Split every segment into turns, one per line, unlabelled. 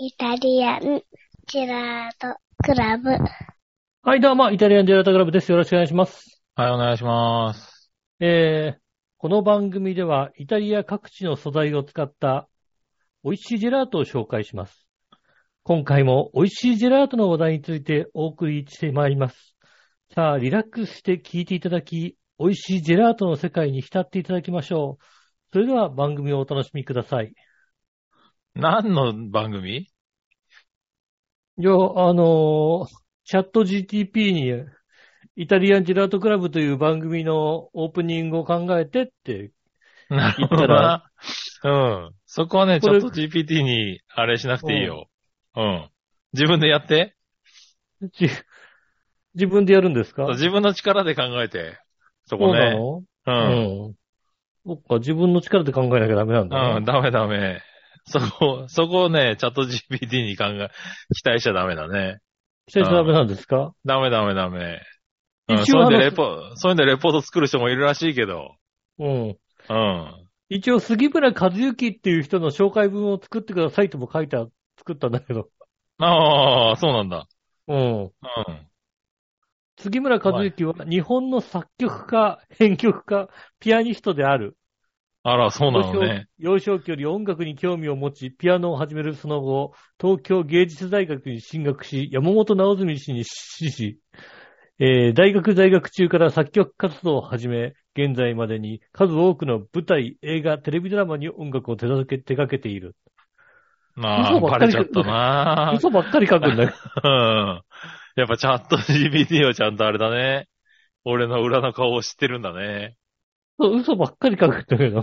イタリアンジェラートクラブ。
はい、どうも、イタリアンジェラートクラブです。よろしくお願いします。
はい、お願いします。
えー、この番組では、イタリア各地の素材を使った、美味しいジェラートを紹介します。今回も美味しいジェラートの話題についてお送りしてまいります。さあ、リラックスして聞いていただき、美味しいジェラートの世界に浸っていただきましょう。それでは番組をお楽しみください。
何の番組
いや、あのーチャット GTP に、イタリアンジェラートクラブという番組のオープニングを考えてって、
なるほどな。 うん。そこはね、
こ
ち
れ
ょっと GPT にあれしなくていいよ。うん。自分でやって。
じ自分でやるんですか
自分の力で考えて。
そ
そ
う
こ
な
ね。
の
う。
うんん。そっか、自分の力で考えなきゃダメなんだ、
うん、
ね。
ダメダメ。そこ、そこをね、チャット GPT に考え、期待しちゃダメだね。
先生ダメなんですか
ダメダメダメ。うん、
一
そ
応
ういうんで
あ
レ
の
ポ、そういうんでレポート作る人もいるらしいけど。
うん。
うん。
一応、杉村和幸っていう人の紹介文を作ってくださいとも書いた、作ったんだけど。
ああ、そうなんだ。
うん。
うん。
杉村和幸は日本の作曲家、編曲家、ピアニストである。
あら、そうなのね。
幼少期より音楽に興味を持ち、ピアノを始めるその後、東京芸術大学に進学し、山本直純氏に師事、えー大学在学中から作曲活動を始め、現在までに数多くの舞台、映画、テレビドラマに音楽を手掛け手掛けている。
まあ、
嘘ばっ
バ
かり
レちゃったな
嘘ばっかり書くんだけど。
うん。やっぱチャット GPT はちゃんとあれだね。俺の裏の顔を知ってるんだね。
そう嘘ばっかり書くんだ けど。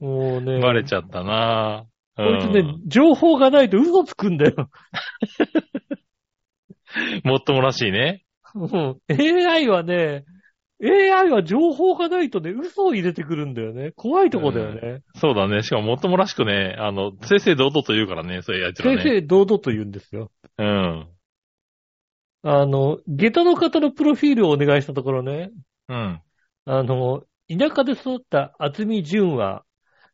もうね。
バレちゃったなう
こいつね
ん。、
情報がないと嘘つくんだよ。
もっともらしいね。
うん。AI はね、AI は情報がないとね、嘘を入れてくるんだよね。怖いとこだよね。
そうだね。しかももっともらしくね、あの、正々堂々と言うからね、そういうやつら
正
ね。
々堂々と言うんですよ。
うん。
あの、下駄の方のプロフィールをお願いしたところね、
うん。
あの、田舎で育った厚見純は、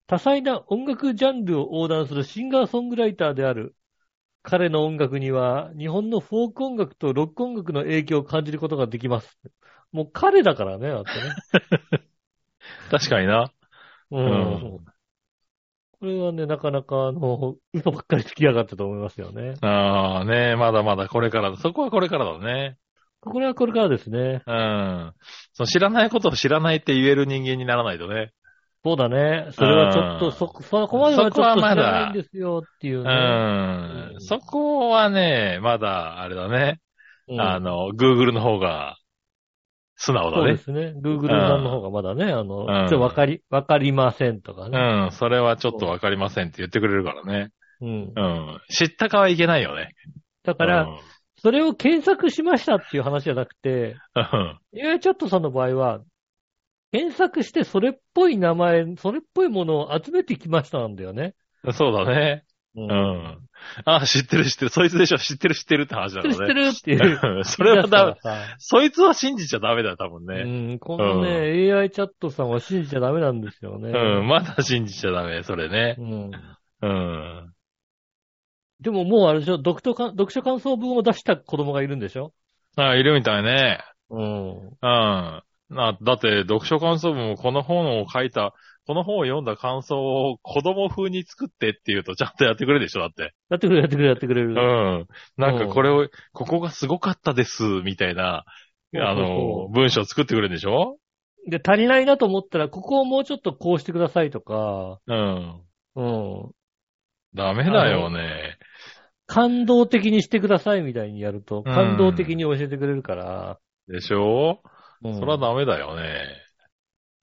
多彩な音楽ジャンルを横断するシンガーソングライターである。彼の音楽には、日本のフォーク音楽とロック音楽の影響を感じることができます。もう彼だからね、だってね。
確かにな。
うん
ん
これはね、なかなか、あの、嘘ばっかりつきやがったと思いますよね。
ああ、ねまだまだこれからだ。そこはこれからだね。
これはこれからですね。
うん。その知らないことを知らないって言える人間にならないとね。
そうだね。それはちょっ
う
と、
ん
そ、そこまではちょっと
そこは
知ら
まだ
ないんですよっていう
う
ね。
ん
う。ん
そこはね、まだ、あれだね。
うん
あの、Google の方が、素直
そう
だ
で
ね。
すね。Google さんの方がまだね、あの、
ん
ちょっとわかり、わかりませんとか
う
ね。
ん、それはちょっとわかりませんって言ってくれるからね。
うん。
うん。知ったかはいけないよね。
だから、それを検索しましたっていう話じゃなくて、
うん、
いや、ちょっとさんの場合は、検索してそれっぽい名前、それっぽいものを集めてきましたなんだよね。
うん。そうだね。
う
う。ん。あ、知ってる知ってる。そいつでしょ、知ってる知ってるって話だ
知って
から
る
ね。
知ってるっていう。
うん それはダメ。
だ
そいつは信じちゃダメだよ、多分
う
ね。
ん、このね、AI チャットさんは信じちゃダメなんですよね。
うん、まだ信じちゃダメ、それね。
うん。
うん。
でももうあれでしょ、読書か読書感想文を出した子供がいるんでしょ
あ、いるみたいね。
うん。
うん。な、だって、読書感想文もこの本を書いた、この本を読んだ感想を子供風に作ってって言うとちゃんとやってくれるでしょ、だって。
やってくれる、やってくれる、やってくれ
う
る。
ん。なんかこれを、ここがすごかったです、みたいな、あ
そうそう
の、
そ
文章作ってくれるんでしょ
うで、足りないなと思ったら、ここをもうちょっとこうしてくださいとか、
うん。
うん。
ダメだよね。
感動的にしてくださいみたいにやると、
うん
感動的に教えてくれるから、
でしょ
うん
それはダメだよね。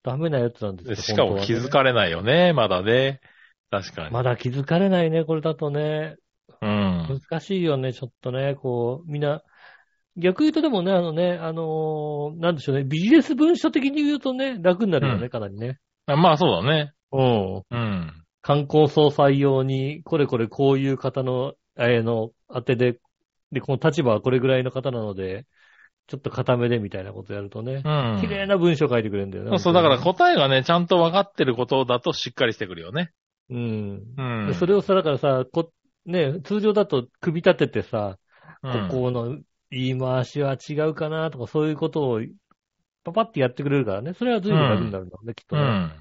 ダメなやつなんです
で
よ。
しかも
本
気
当はね
づかれないよね、まだね。確かに。
まだ気づかれないね、これだとね。
うん。
難しいよね、ちょっとね、こう、みんな、逆言うとでもね、あのね、あのーなんでしょうね、ビジネス文書的に言うとね、楽になるよね、
うん
かなりね。
あまあそうだね。
うん。
うん。
観光総裁用に、これこれこういう方の、えーの、当てで、で、この立場はこれぐらいの方なので、ちょっと固めでみたいなことやるとね、
うん。
綺麗な文章書いてくれるんだよね。
そう、だから答えがね、ちゃんと分かってることだとしっかりしてくるよね。
うん。
うん。
それをさ、だからさ、こ、ね、通常だと組み立ててさ、
うん、
ここの言い回しは違うかなとか、そういうことを、パパってやってくれるからね。それは随分楽になるんだろうね、きっと
う
ね。
ん。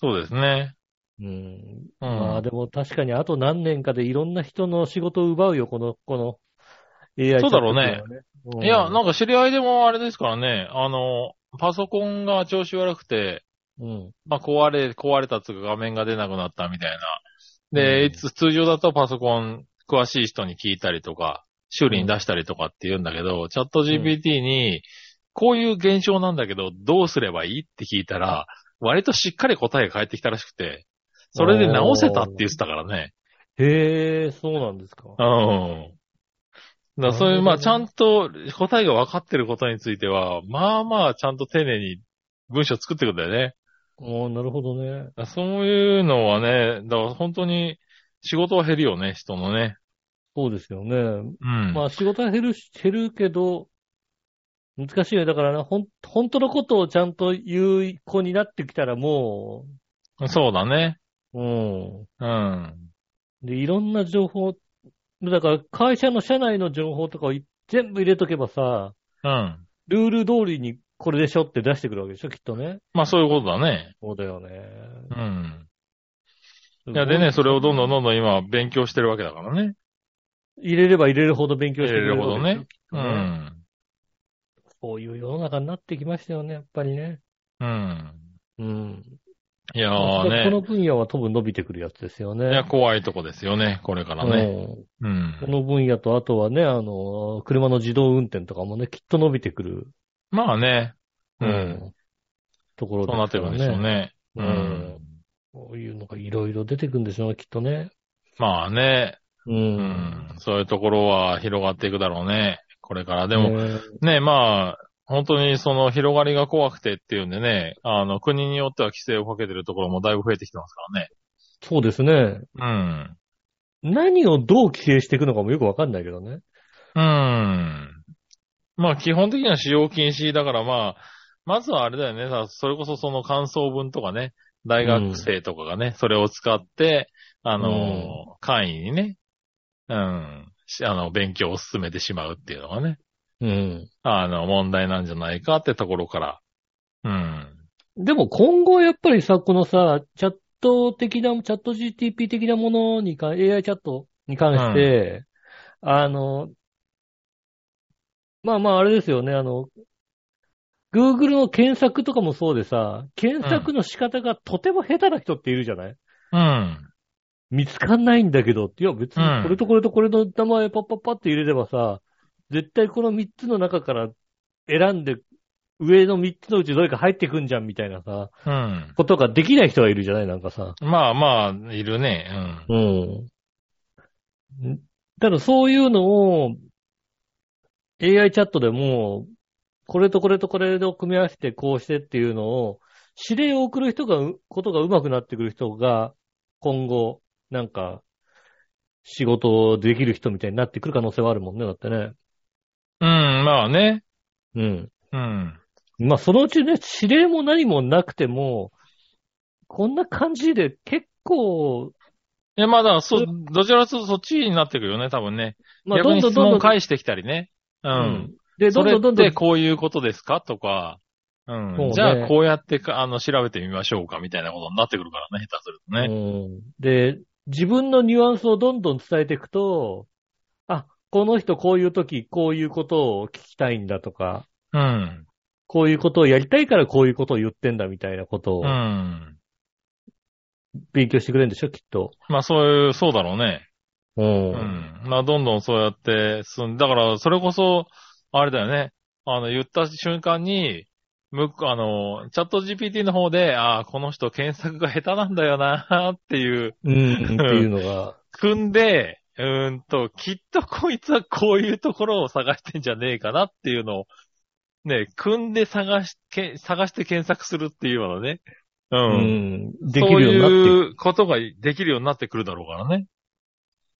そうですね。
うん。
うん。
まあでも確かにあと何年かでいろんな人の仕事を奪うよ、この、この AI
そうだろうね
チャットっていう
い
の
や、
はね。
なんか知り合いでもあれですからね、あの、パソコンが調子悪くて、
うん、うん。
まあ壊れ、壊れたつうか画面が出なくなったみたいな。で、
うん
いつ通常だとパソコン詳しい人に聞いたりとか、修理に出したりとかって言うんだけど、チャット GPT に、こういう現象なんだけど、どうすればいいって聞いたら、割としっかり答えが返ってきたらしくて、それで直せたって言ってたからね。
へえ、そうなんですか。
うん。だからそういう、まあ、ちゃんと答えが分かってることについては、まあまあ、ちゃんと丁寧に文章作ってくんだよね。
おーなるほどね。
だからそういうのはね、だから本当に仕事は減るよね、人のね。
そうですよね。
うん。
まあ仕事は減るし、減るけど、難しいよね。だからね、ほん、本当のことをちゃんと言う子になってきたらも
そうだね。
う、うん。
うん。
で、いろんな情報、だから会社の社内の情報とかをい全部入れとけばさ、
うん。
ルール通りにこれでしょって出してくるわけでしょ、きっとね。
まあ、そういうことだね。
そうだよね。
うん。いや、でね、それをどんどんどんどん今、勉強してるわけだからね。
入れれば入れるほど勉強してくれる
入れるほどね
う。
うんん。
そういう世の中になってきましたよね、やっぱりね。
うん。
うん。
いや
こ
ー
の
ね。
分野は多分伸びてくるやつですよね。
いや、怖いとこですよね、これからね。
うん
うん。
この分野と、あとはね、あの、車の自動運転とかもね、きっと伸びてくる、
まあね。うん。
ところ
そうなっ
す
てく
から
るんでしょう。ね。
う
うんん。。
こういうのがいろいろ出てくるんでしょうね、きっとね。
まあね、
う。
うんん。そういうところは広がっていくだろうね。これから。で
で
も、ね、まあ、本当にその広がりが怖くてっていうんでね、あの、国によっては規制をかけてるところもだいぶ増えてきてますからね。
そうですね。
うん。
何をどう規制していくのかもよくわかんないけどね。
うん。まあ、基本的には使用禁止だからまあ、まずはあれだよね、さそれこそその感想文とかね、大学生とかがね、それを使って、あのー
うん
簡易にね、うん、しあの、勉強を進めてしまうっていうのがね、
うん。
あの、問題なんじゃないかってところから、うん。
でも今後やっぱりさ、このさ、チャット的な、チャット GTP 的なものにか、AI チャットに関して、あの、まあまああれですよね、あの、Google の検索とかもそうでさ、検索の仕方がとても下手な人っているじゃない、
うん。
見つかんないんだけどって、いや別
う
に
ん
これとこれとこれの名前パッパッパって入れればさ、絶対この3つの中から選んで、上の3つのうちどれか入ってくんじゃんみたいなさ。
うん。
ことができない人がいるじゃないなんかさ。
まあまあ、いるね。
うん。ただそういうのを、AI チャットでも、これとこれとこれを組み合わせてこうしてっていうのを、指令を送る人がう、ことが上手くなってくる人が、今後、なんか、仕事をできる人みたいになってくる可能性はあるもんね、だってね。
うん。うん、まあね。
うん。
うん。
まあ、そのうちね、指令も何もなくても、こんな感じで結構、
いや、まあだから、そ、どちらかというとそっちになってくるよね、多分ね。
まあ、
逆
どん
に
どん
質
どんど
問
ん、
返してきたりね。う。。
うんで、ど
そ
んど
れ
んど
っ
んどん
て、こういうことですかとか、うん。
そうね
じゃあ、こうやってか、あの、調べてみましょうか、みたいなことになってくるからね、下手するとね。
うんで、自分のニュアンスをどんどん伝えていくと、あ、この人こういう時、こういうことを聞きたいんだとか、
うん。
こういうことをやりたいからこういうことを言ってんだみたいなことを
うん。
勉強してくれるんでしょ、きっと。
まあ、そういう、そうだろうね。
う。
うんん。まあ、どんどんそうやって進ん、だから、それこそ、あれだよね。あの、言った瞬間に、むあの、チャット GPT の方で、ああ、この人検索が下手なんだよな、っていう、
うん。っていうのが。
組んで、うーんと、きっとこいつはこういうところを探してんじゃねえかなっていうのを、ね、組んで探し、け探して検索するっていうようなね。う。
うんん。できるようになっていく
そういうことができるようになってくるだろうからね。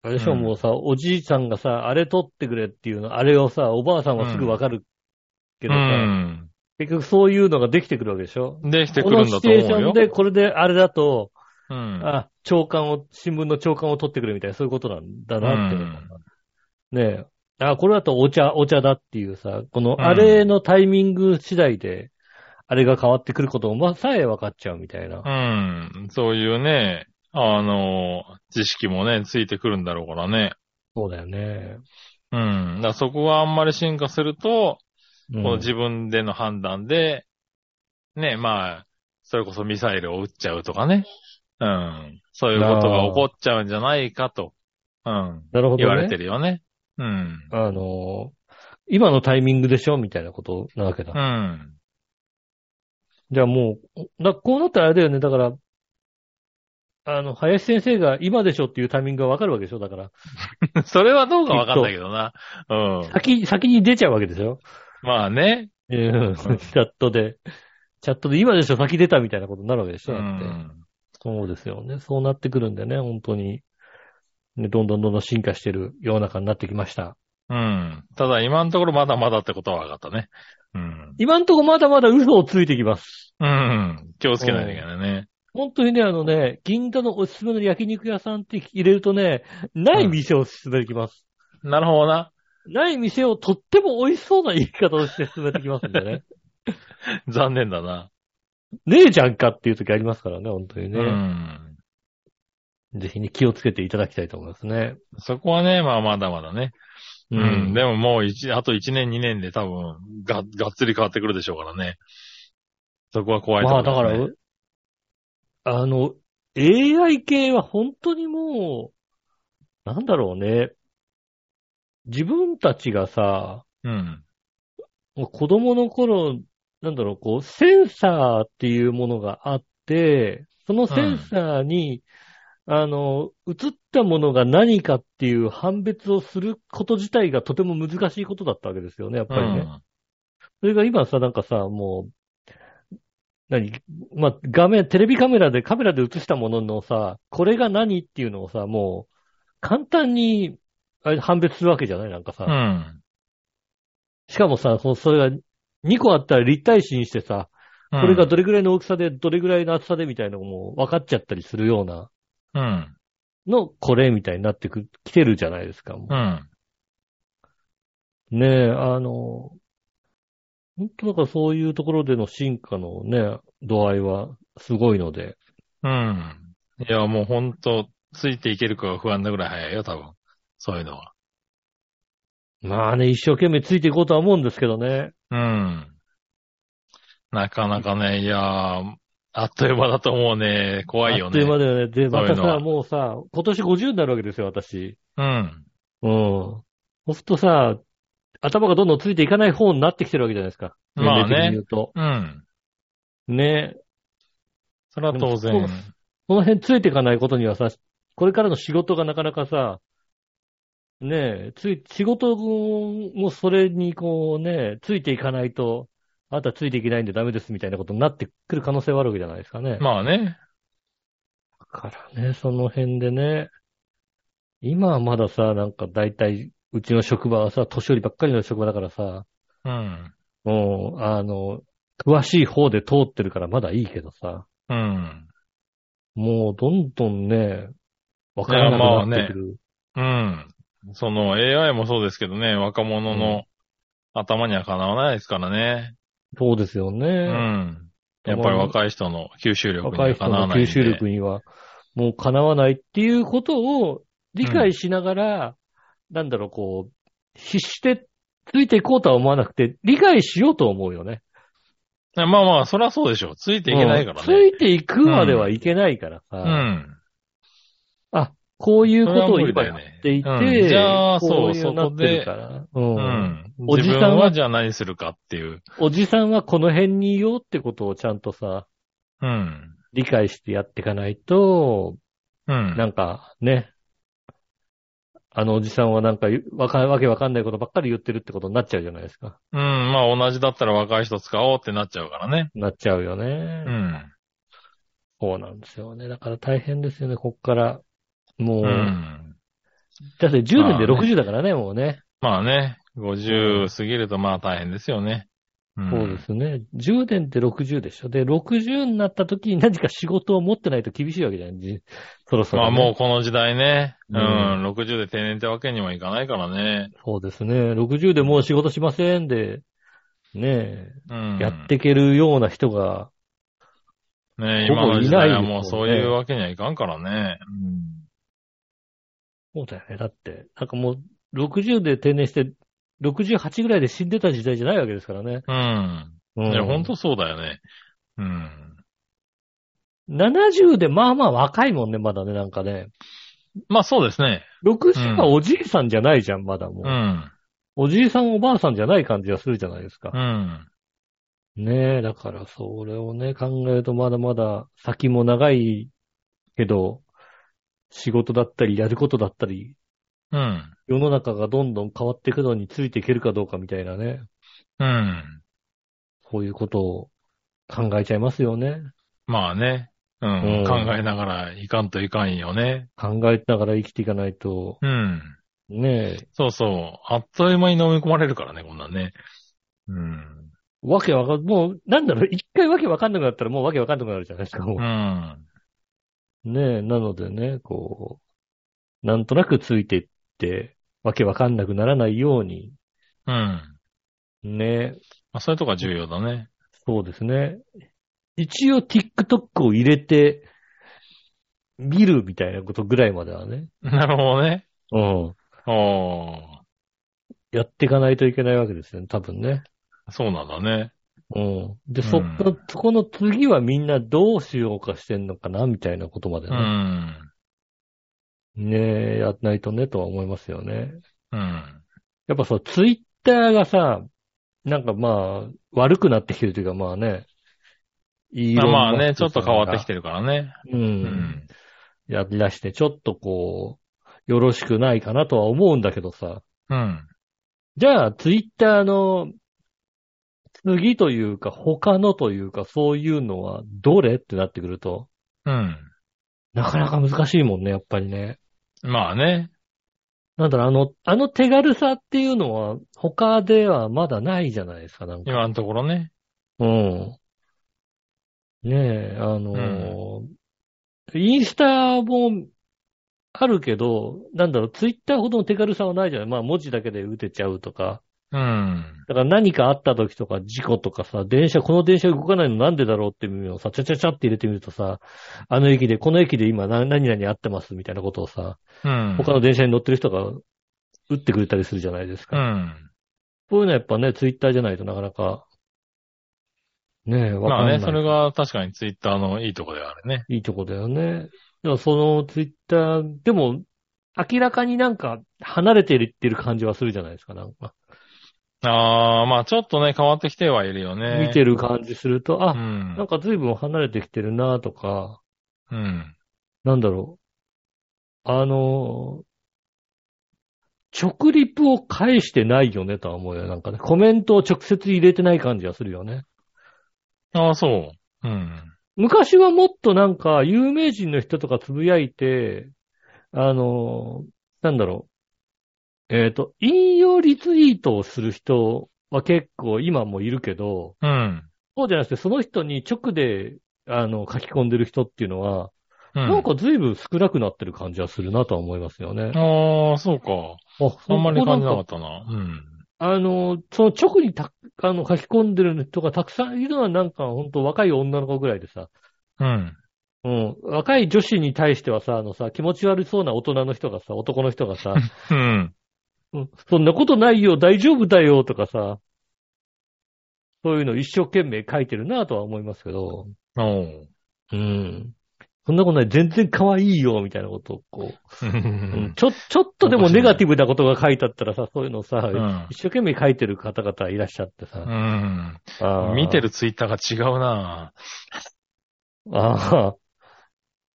あれでしょ、
うん
もうさ、おじいさんがさ、あれ取ってくれっていうの、あれをさ、おばあさんはすぐわかるけど
う
さ、
ん。
結局そういうのができてくるわけでしょ
できて
こ
くる
の
んだ
シ
と
チュエーシ
思う
ョン
よ。
でこれであれだと、
うん。
あ、朝刊を、新聞の朝刊を取ってくるみたいな、そういうことなんだなって。ねえ。あ、これだとお茶、お茶だっていうさ、こ
うん
のあれのタイミング次第で、あれが変わってくることも、まあ、さえ分かっちゃうみたいな。
うん。そういうね、あの、知識もね、ついてくるんだろうからね。
そうだよね。
うん。だからそこがあんまり進化すると、
うん
この自分での判断で、ね、まあ、それこそミサイルを撃っちゃうとかね。うん。そういうことが起こっちゃうんじゃないかと、うん。
なるほど、ね。
言われてるよね。うん。
あの、今のタイミングでしょみたいなことなわけだ。
うん。
じゃあもう、だこうなったらあれだよね。だから、あの、林先生が今でしょっていうタイミングがわかるわけでしょだから、
それはどうかわかんないけどな。うん。
先、先に出ちゃうわけですよ。
まあね。
うん チャットで。チャットで今でしょ先出たみたいなことになるわけでし
う
ょだって。
ん。
そうですよね。そうなってくるんでね、本当に。ね、どんどんどんどん進化してる世の中になってきました。
うん。ただ今のところまだまだってことは分かったね。うん。
今んとこまだまだ嘘をついてきます。
うん。気をつけないといけないね。
本当にね、あのね、銀座のおすすめの焼肉屋さんって入れるとね、ない店を勧めてきます。
なるほどな。
ない店をとっても美味しそうな言い方をして勧めてきますんで ね。
残念だな。
ねえじゃんかっていう時ありますからね、本当に
う
ね。
ん。
ぜひね、気をつけていただきたいと思いますね。
そこはね、まあまだまだね。うん。でももう一、あと一年二年で多分、が、がっつり変わってくるでしょうからね。そこは怖いと
ま
こ
あ
ろ
だか
ですね、
ら、あの、AI 系は本当にもう、なんだろうね。自分たちがさ、
うん。
もう子供の頃、なんだろう、こう、センサーっていうものがあって、そのセンサーに、あの、映ったものが何かっていう判別をすること自体がとても難しいことだったわけですよね、やっぱりね。それが今さ、なんかさ、もう、何まあ、画面、テレビカメラで、カメラで映したもののさ、これが何っていうのをさ、もう、簡単に、あれ判別するわけじゃないなんかさ。
うん。うん。
しかもさ、そのそれが2個あったら立体視にしてさ、これがどれぐらいの大きさで、どれぐらいの厚さでみたいなのも分かっちゃったりするような、
うん。
の、これみたいになってく、来てるじゃないですか。もう
うん。
ねえ、あの、本当だからそういうところでの進化のね、度合いはすごいので。
うん。いや、もうほんと、ついていけるかが不安なぐらい早いよ、多分。そういうのは。
まあね、一生懸命ついていこうとは思うんですけどね。
うん。なかなかね、いやー、あっという間だと思うね。怖いよね。
あっという間だよね。で、
そう
ま
いう
た
のは
さ、もうさ、今年50になるわけですよ、私。
うん。
うん。そうするとさ、頭がどんどんついていかない方になってきてるわけじゃないですか。
ま
年
あね
齢的に言うと。
うん。
ね。
それは当
でも
然
そ。この辺ついていかないことにはさ、これからの仕事がなかなかさ、ねえ、つい、仕事もそれにこうね、ついていかないと、あなたついていけないんでダメですみたいなことになってくる可能性はあるわけじゃないですかね。
まあね。
だからね、その辺でね、今はまださ、なんか大体、うちの職場はさ、年寄りばっかりの職場だからさ、
うん。
もう、あの、詳しい方で通ってるからまだいいけどさ、
うん。
もうどんどんね、わからなくなってくる。
うん。その AI もそうですけどね、若者の頭にはかなわないですからね。
そうですよね。
うん。やっぱり若い人の吸収力に
若い
はか
人
な
の
わないんで。
吸収力には、もうかなわないっていうことを理解しながら、なんだろう、こう、必死でついていこうとは思わなくて、理解しようと思うよね。
まあまあ、そりゃそうでしょ。ついていけないから
つ
ね。
いていくまではいけないからさ、
うん。
こういう
そ
こ
れは
とを
無理
今
だ
や
よ
っ
ね。
ていて、
うんじゃあ
こう
そう
い
そうこ
なってるから、うん
うん。
おじ
自
さんは
分はじゃあ何するかっていう。
おじさんはこの辺にいようってことをちゃんとさ、
うん。
理解してやっていかないと、
うん。
なんかね、あのおじさんはなんかわかわけわかんないことばっかり言ってるってことになっちゃうじゃないですか。
うん。まあ同じだったら若い人使おうってなっちゃうからね。
なっちゃうよね。
うん。
そうなんですよね。だから大変ですよね、こっから。もう、
うん。
だって10年で
まあね
60だからね、もうね。
まあね、50過ぎるとまあ大変ですよね。うん
そうですね。10年って60でしょ。で、60になった時に何か仕事を持ってないと厳しいわけじゃん。じそろそ
ま
ろ、
あ
ね。
もうこの時代ね、う、
うん
60で定年ってわけにもいかないからね。
そうですね。60でもう仕事しませんで、ね
うん
え、。やっていけるような人が、
ね
ほぼ
今の時代は
ない
いもう
ですも
そ
んね
ういうわけにはいかんからね。
そうだよね。だって、なんかもう、60で定年して、68ぐらいで死んでた時代じゃないわけですからね。
うん。
う
うん。
ん。
いや、ほんとそうだよね。うん。
70でまあまあ若いもんね、まだね、なんかね。
まあそうですね。
60はおじいさんじゃないじゃん、まだもう。
うん。
おじいさんおばあさんじゃない感じがするじゃないですか
う。ん。
ねえ、だからそれをね、考えるとまだまだ先も長いけど、仕事だったり、やることだったり、
うん。
世の中がどんどん変わっていくのについていけるかどうかみたいなね、
うん。
そういうことを考えちゃいますよね。
まあね。う
うん
ん。考えながらいかんといかんよね。
考えながら生きていかないと、
うん。
ねえ、
そうそう。あっという間に飲み込まれるからね、こんなんね。うん。
わけわかん、もう、なんだろう、一回わけわかんなくなったらもうわけわかんなくなるじゃないですか、もう
うん。
ねえ、なのでね、こう、なんとなくついていって、わけわかんなくならないように、
うん。
ねえ、
まあ、そういうとこが重要だね。
そうですね。一応 TikTok を入れて、見るみたいなことぐらいまではね、
なるほどね。
うん。
お
やっていかないといけないわけですよね、多分ね。
ー。そうなんだね。
うん。で、
うん
そっから、そこの次はみんなどうしようかしてんのかな、みたいなことまで
う
ね、
ん。
ねえ、やんないとね、とは思いますよね。
うん。
やっぱそう、ツイッターがさ、なんかまあ、悪くなってきてるというかまあね、い
まあまあね、ちょっと変わってきてるからね。
る。う。
うんん。
やり出して、ちょっとこう、よろしくないかなとは思うんだけどさ。
うん。
じゃあ、ツイッターの、次というか、他のというか、そういうのはどれってなってくると、
うん。
なかなか難しいもんね、やっぱりね。
まあね。
なんだろう、あの、あの手軽さっていうのは、他ではまだないじゃないですか、なんか。
今のところね。
うん。ねえ、あのーインスタもあるけど、なんだろう、ツイッターほどの手軽さはないじゃない。まあ文字だけで打てちゃうとか。
うん。
だから何かあった時とか事故とかさ、電車、この電車動かないのなんでだろうっていうのをさ、ちゃちゃちゃって入れてみるとさ、あの駅で、この駅で今な何々あってますみたいなことをさ、
うん。
他の電車に乗ってる人が打ってくれたりするじゃないですか。
うん。
こういうのはやっぱね、ツイッターじゃないとなかなか、ねえ、わ
ま
かん
あ
ない。
ね、それが確かにツイッターのいいとこではあるね。
いいとこだよね。でもそのツイッター、でも、明らかになんか離れていってる感じはするじゃないですか、なんか。
ああ、まあちょっとね、変わってきてはいるよね。
見てる感じすると、
う
あ、
ん
なん。か随分離れてきてるなとか、
うん。
なんだろう。あのー直リプを返してないよねとは思うよ。なんかね、コメントを直接入れてない感じはするよね。
ああ、そう。うん。
昔はもっとなんか、有名人の人とかつぶやいて、あの、なんだろう。えっ、と、引用リツイートをする人は結構今もいるけど、
うん。
そうじゃなくて、その人に直で、あの、書き込んでる人っていうのは、
うん。
なんか随分少なくなってる感じはするなとは思いますよね。
ああ、そうか。
あ、
あんまり感じなか
の
ったな。うん。
あの、その直にた、あの、書き込んでる人がたくさんいるのはなんか、ほんと若い女の子ぐらいでさ、
うん。
うん。若い女子に対してはさ、あのさ、気持ち悪そうな大人の人がさ、男の人が さ、
うん。
うんそんなことないよ、大丈夫だよ、とかさ、そういうの一生懸命書いてるなとは思いますけど、
おう。
うん。そんなことない、全然可愛いよ、みたいなことをこ
う
う、うん
ん。
ちょ、ちょっとでもネガティブなことが書いてあったらさ、そういうのをさ、
うん
一生懸命書いてる方々いらっしゃって
う
さ、
ん。
あー
見てるツイッターが違うな
ああ。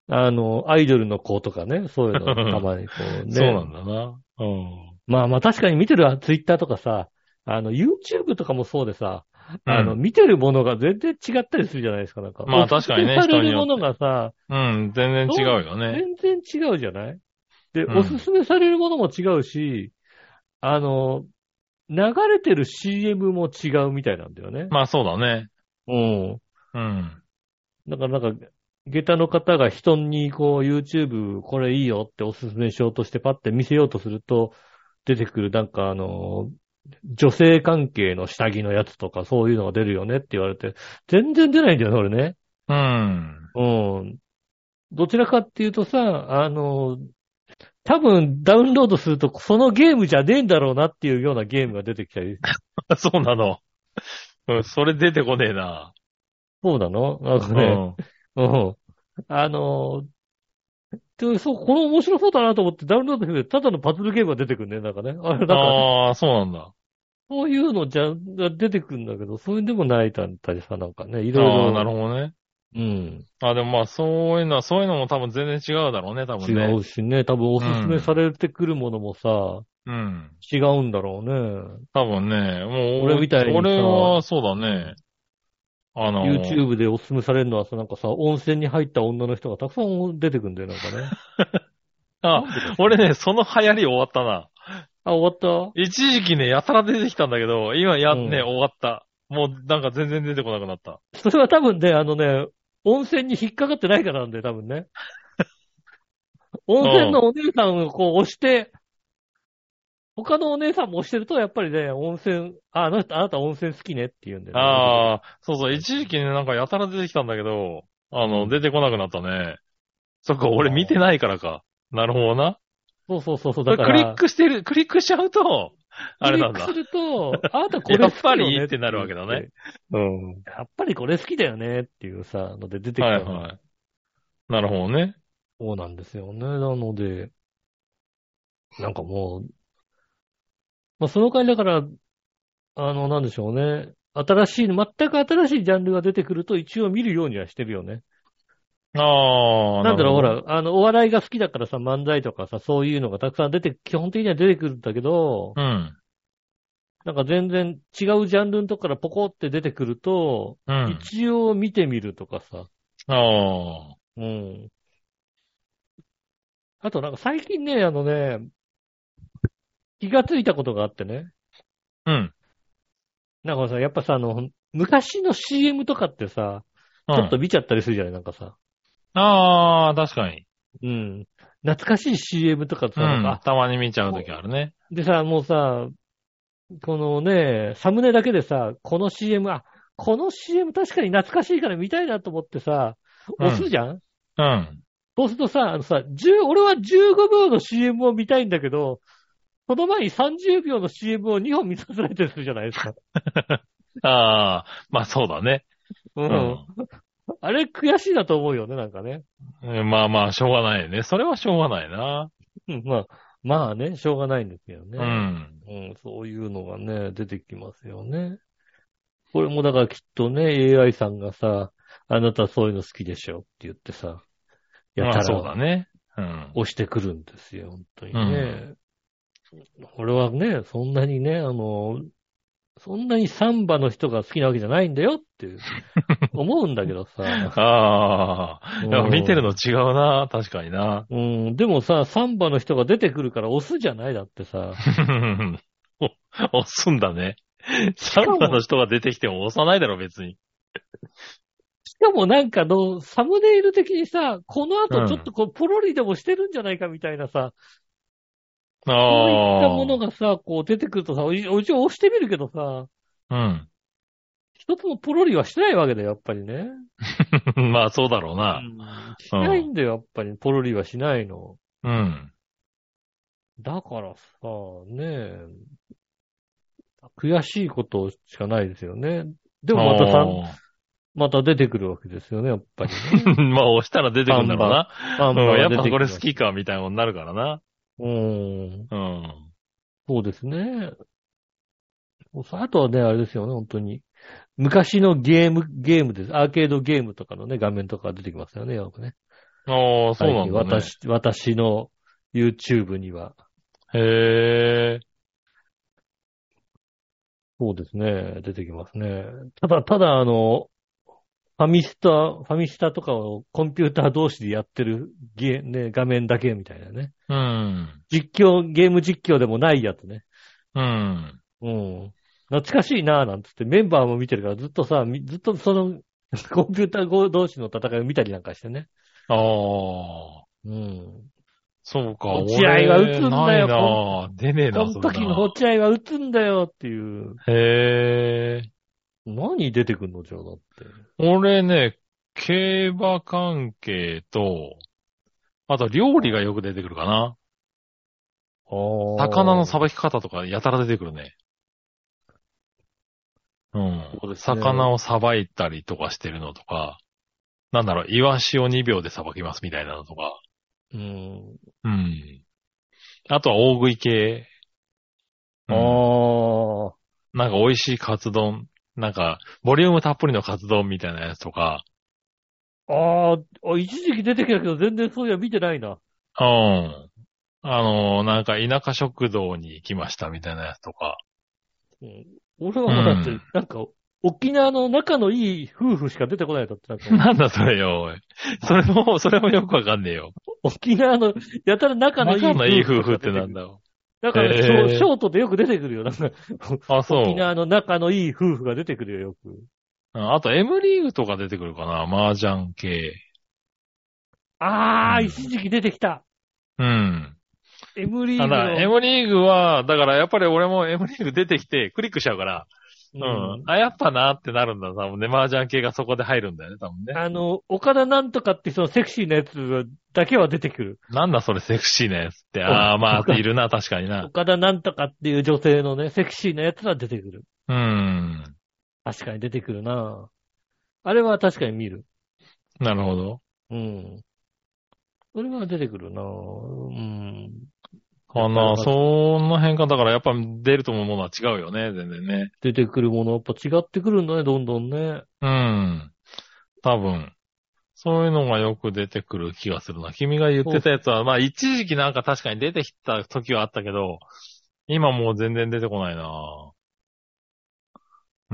あの、アイドルの子とかね、そういうの たまにこうね。
そうなんだな。うん。
まあまあ確かに見てるツイッターとかさ、あの、YouTube とかもそうでさ、あの、
う
見てるものが全然違ったりするじゃないですか、なんか。
まあ確かにね
おすすめされる
人
も
によ
のがさ、
うん、全然違うよね。
全然違うじゃないで、
うん
おすすめされるものも違うし、あの、流れてる CM も違うみたいなんだよね。
まあそうだね。
うん。
うん。
だからなんか、下駄の方が人にこう YouTube これいいよっておすすめしようとしてパッて見せようとすると、出てくるなんかあの、女性関係の下着のやつとかそういうのが出るよねって言われて、全然出ないんだよね、俺ね。
うん。
うん。どちらかっていうとさ、あの、多分ダウンロードするとそのゲームじゃねえんだろうなっていうようなゲームが出てきたり。
そうなの。うん、それ出てこねえな。
そうなのなんか
う
ね。
ん。
うん。あのーで、そう、この面白そうだなと思ってダウンロードしてみてただのパズルゲームが出てくるね、なんかね。あれ、なんか、
ああ、そうなんだ。
そういうのじゃ、が出てくるんだけど、そういうのでもないだったりさ、なんかね、いろい
あ
ろ。
あ、なるほどね。
うん。
あでもまあ、そういうのは、そういうのも多分全然違うだろうね、多分ね。
違うしね、多分おすすめされてくるものもさ、
うん。
違うんだろうね。
多分ね、もう
俺みたいにさ
俺は、そうだね。あの、
YouTube でおすすめされるのはさ、なんかさ、温泉に入った女の人がたくさん出てくるんだよ、なんかね。
あ、俺ね、その流行り終わったな。
あ、終わっ
一時期ね、やたら出てきたんだけど、今やね、
うん
終わった。もうなんか全然出てこなくなった。
たそれは多分ね、あのね、温泉に引っかかってないからなんだよ、多分ね。温泉のお姉さんをこう押して、他のお姉さんも押してると、やっぱりね、温泉、あ、あの人、あなた温泉好きねって言うんだよね。あ。
ああ、そうそう、一時期ね、なんかやたら出てきたんだけど、あの、出てこなくなったね。そっか、俺見てないからか。なるほどな。
そうそうそうそう、
そ
だ
れ
か
ク
ら。
リックしてる、クリックしちゃうと、あれなんだ
ク。リックすると、あなたこれ好きよ、ね、
やっぱりってなるわけだね。うん。
やっぱりこれ好きだよねっていうさ、ので出てきた
は
の
いはい。なるほどね。
そうなんですよね。なので、なんかもう、まあ、その代わりだから、あの、なんでしょうね。新しい、全く新しいジャンルが出てくると一応見るようにはしてるよね。
ああ、
なんだろう、ほ
なる
ら、あの、お笑いが好きだからさ、漫才とかさ、そういうのがたくさん出て、基本的には出てくるんだけど
ほ、ど。うん。
なんか全然違うジャンルのとこからポコって出てくると、
うん。
一応見てみるとかさ、
あ
うん。あとなんか最近ね、あのね、気がついたことがあってね。
あ。うん。
なんかさ、やっぱさ、あの、昔の CM とかってさ、ちょっと見ちゃったりするじゃない、なんかさ。
ああ、確かに。
うん。懐かしい CM とかさ、
う
なん
ん
か。
たまに見ちゃうときあるね。
でさ、もうさ、このね、サムネだけでさ、この CM、あ、この CM 確かに懐かしいから見たいなと思ってさ、押すじゃん、
うん。
そうするとさ、あのさ、10俺は15秒の CM を見たいんだけど、その前に30秒の CM を2本見させられてるじゃないですか。
ああ、まあそうだね。
う。
うん
あれ悔しいなと思うよね、なんかね。
ん。まあまあ、しょうがないね。それはしょうがないな。
うん、まあ、まあね、しょうがないんですけど
う
ね。
ん。
うん。そういうのがね、出てきますよね。これもだからきっとね、AI さんがさ、あなたそういうの好きでしょって言ってさ、や
ま
た
あそうだ
ら
ね。うん。
押してくるんですよ、本当にね。俺はね、そんなにね、あの、そんなにサンバの人が好きなわけじゃないんだよって いう思うんだけどさ。
ああ、でも見てる
の
の違うな。確か にな。
うん、でもさ、サンバの人が出てくるから押すじゃないだってさ。
お押すんだね。サンバの人が出てきても押さないだろ、別に。
しかもなんかの、サムネイル的にさ、この後ちょっとこう、ポロリでもしてるんじゃないかみたいなさ、
あ
そういった
あ。
ものがさ、こう出てくるとさ、お一応押してみるけどさ、
うん。
一つもポロリはしてないわけだよ、やっぱりね。
まあ、そうだろう
う
な。
ん、しないんだよ、やっぱり。ポロリはしないの。
うん。
だからさ、ねえ、悔しいことしかないですよね。で
で
もまたさ、また出てくるわけですよね、やっぱりね。
まあ、押したら出てくるん だろうな。
サンバ
うん、
が
やっ
出て
ぱ
き
これ
ます
好。きか、みたいなことになるからな。
うん。
うん。
そうですね。あとはね、あれですよね、本当に。昔のゲーム、ゲームです。アーケードゲームとかのね、画面とか出てきますよね、よくね。
ああ、そうなんだ、ね。
最近私、私の YouTube には。
へえ。
そうですね、出てきますね。ただ、ただ、あの、ファミスタ、ファミスタとかをコンピューター同士でやってるゲー、ね、画面だけみたいなね。
うん。
実況、ゲーム実況でもないやつね。
うん。
うん。懐かしいなぁなんつってメンバーも見てるからずっとさ、みずっとその コンピューター同士の戦いを見たりなんかしてね。
ああ。
うん。
そうか、
落合は打つんだよ
俺ないなぁ出ねえ
こ
な、
の
そんな
時の落合は打つんだよっていう。
へえ。
何出てくんのじゃあだって。
俺ね、競馬関係と、あと料理がよく出てくるかな。魚のさばき方とかやたら出てくるね。うん。
そうですね
魚をさばいたりとかしてるのとか、なんだろう、イワシを2秒でさばきますみたいなのとか。
うん。
うん。あとは大食い系。
あ
うん
あ。
なんか美味しいカツ丼。なんか、ボリュームたっぷりのカツ丼みたいなやつとか。
あーあ、一時期出てきたけど全然そういや見てないな。
うん。あのーなんか田舎食堂に行きましたみたいなやつ とか。
俺はもうだって
うん、
なんか、沖縄の仲のいい夫婦しか出てこないだって、なん か、
なんだそれよ、おい。それも、それもよくわかんねえよ。
沖縄の、やたら仲のいい
仲のいい夫婦っ
とか
て
出
な
く
ん
る
だろ
だから、
へー
ショーショートでよく出てくるよ。なんか、
う。あ、そう。
沖縄の仲のいい夫婦が出てくるよ、よく。
うんあと、M リーグとか出てくるかな麻雀系。
ああ、
うん
一時期出てきた。
うん。
M リー
た
グの。
だ、M リーグは、だからやっぱり俺も M リーグ出てきてクリックしちゃうから、う
うん
ん。あ、やっぱなってなるんだ、多分ね。麻雀系がそこで入るんだよね、多分ね。
あの、岡田なんとかってそのセクシーなやつだけは出てくる。
なんだそれセクシーなやつって。ああ、まあ、いるな、確かにな。
岡田なんとかっていう女性のね、セクシーなやつは出てくる。
うん。
確かに出てくるなあれは確かに見る。
なるほど。
うん。それは出てくるなうん。
か
やっ
な、
ぱり
その辺か、だからやっぱ出ると思うものは違うよね、全然ね。
出てくるものやっぱ違ってくるんだね、どんどんね。
うん。多分。そういうのがよく出てくる気がするな。君が言ってたやつは、まあ一時期なんか確かに出てきた時はあったけど、今もう全然出てこないな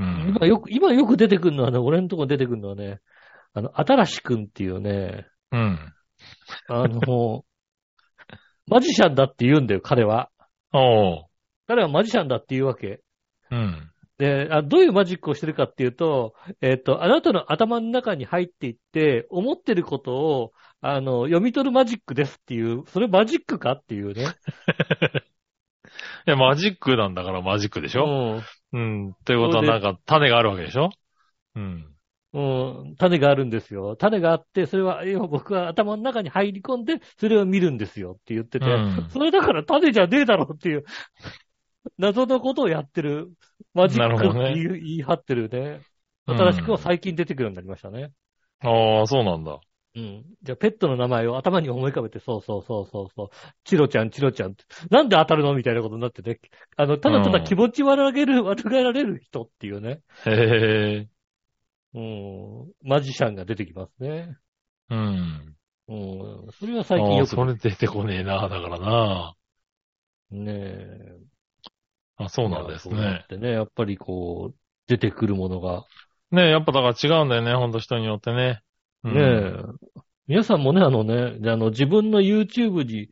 うん。
今よく、今よく出てくるのはね、俺のとこ出てくるのはね、あの、新しくんっていうね、
うん。
あの、 マジシャンだって言うんだよ、彼は。
おう。
彼はマジシャンだって言うわけ。
うん。
で、あどういうマジックをしてるかっていうと、えっ、と、あなたの頭の中に入っていって、思ってることを、あの、読み取るマジックですっていう、それマジックかっていうね。
いや、マジックなんだからマジックでしょ、
ょ
うん、ということはなんか種があるわけでしょうん。
うん。うん。種があるんですよ。種があって、それは、要は僕は頭の中に入り込んで、それを見るんですよって言ってて、
うん
それだから種じゃねえだろうっていう、謎のことをやってる、マジックって
なるほどね
言い,、言い張ってるね。新しくは最近出てくるようになりましたね。
ああ、そうなんだ。
うん。じゃあ、ペットの名前を頭に思い浮かべて、そうそうそうそうそう、チロちゃん、チロちゃんって、なんで当たるのみたいなことになってて、あの、ただただ気持ち悪がれる、悪がられる人っていうね、
へえ。
うん、マジシャンが出てきますね。
うん。
うん。それは最近
あ
よ
ー
く
それ出てこねえな、だからな。
ねえ。
あ、そうなんです
いや
ね。。
そうやってね、やっぱりこう、出てくるものが。
ねえ、やっぱだから違うんだよね、ほんと人によってね。うん
ねえ。皆さんもね、あのね、あの、自分の YouTube に、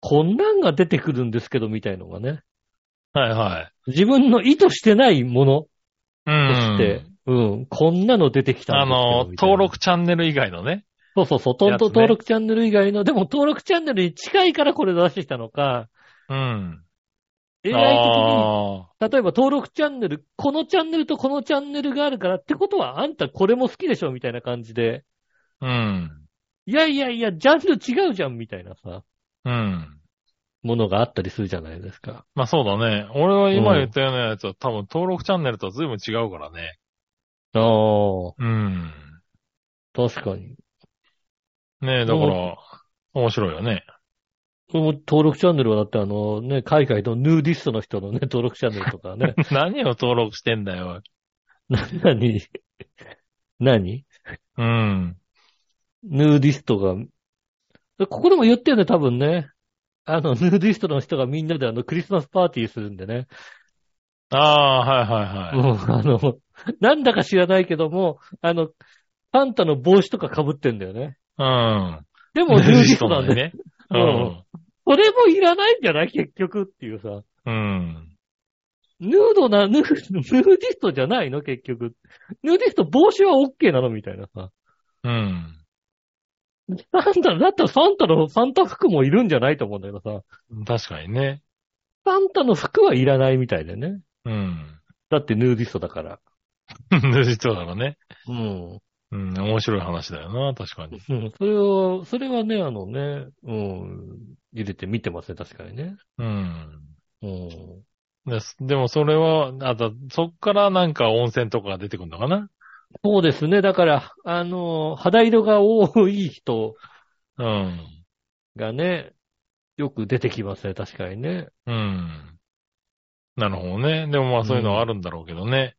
こんなんが出てくるんですけど、みたいのがね。
はいはい。
自分の意図してないもの
うん。
そして、うん、こんなの出てきた
あ
んですけど
の、
みたいな
登録チャンネル以外のね。
そうそうそう、とんと
やつね
登録チャンネル以外の、でも登録チャンネルに近いからこれ出してきたのか、
うん。
AI 的
あ
に、例えば登録チャンネル、このチャンネルとこのチャンネルがあるからってことはあんたこれも好きでしょみたいな感じで、
あ。うん。
いやいやいや、ジャンル違うじゃんみたいなさ、
うん。
ものがあったりするじゃないですか。
まあそうだね。俺は今言ったようなやつは多分登録チャンネルとは随分違うからね。
ああ、
うん。
確かに。
ねえ、だから、面白い よね。
これも登録チャンネルはだってあのね、海外のヌーディストの人のね、登録チャンネルとかね、
何を登録してんだよ。
何何
うん。
ヌーディストが、ここでも言ったよね、多分ね。あの、ヌーディストの人がみんなであの、クリスマスパーティーするんでね。
ああ、はいはいはい。
もう、あの、なんだか知らないけども、あの、パンタの帽子とか被ってんだよね。
うん。
でも、ヌーディストなん で。
ね。
うん。これもいらないんじゃない結局っていうさ。
うん。
ヌードな、ヌー、ヌーディストじゃないの結局。ヌーディスト帽子は OK なのみたいなさ。
うん。
なんだろ、だったらサンタの、サンタ服もいるんじゃないと思うんだけどさ。
確かにね。
サンタの服はいらないみたいだよね。
うん。
だってヌーディストだから。
実はだろうね。
うん。
うん、面白い話だよな、確かに。
うん。それを、それはね、あのね、うん。入れて見てますね、確かにね。
うん。
うん。
ですでもそれは、あと、そっからなんか温泉とかが出てくるのかな
そうですね。だから、あの、肌色が多い人
うん。
がね、よく出てきますね、確かにね。
うん。なるほどね。でもまあそういうのはあるんだろうけどね。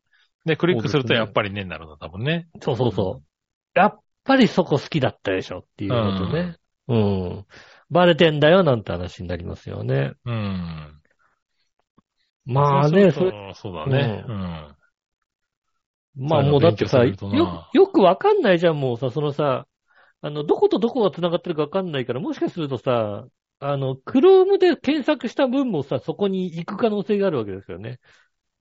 で、クリックす
そう
ると
ですね
やっぱりね、なるの、多分ね。
そうそうそう。やっぱりそこ好きだったでしょっていうことね。うん。バレてんだよなんて話になりますよね。
うん。
まあね、
そ
そうれ、
そうそうだね。
う
うん。
まあもうだってさ、
そうい
よ
うの勉強するとな
く、よくわかんないじゃん、もうさ、そのさ、あの、どことどこが繋がってるかわかんないから、もしかするとさ、あの、クロームで検索した分もさ、そこに行く可能性があるわけですよね。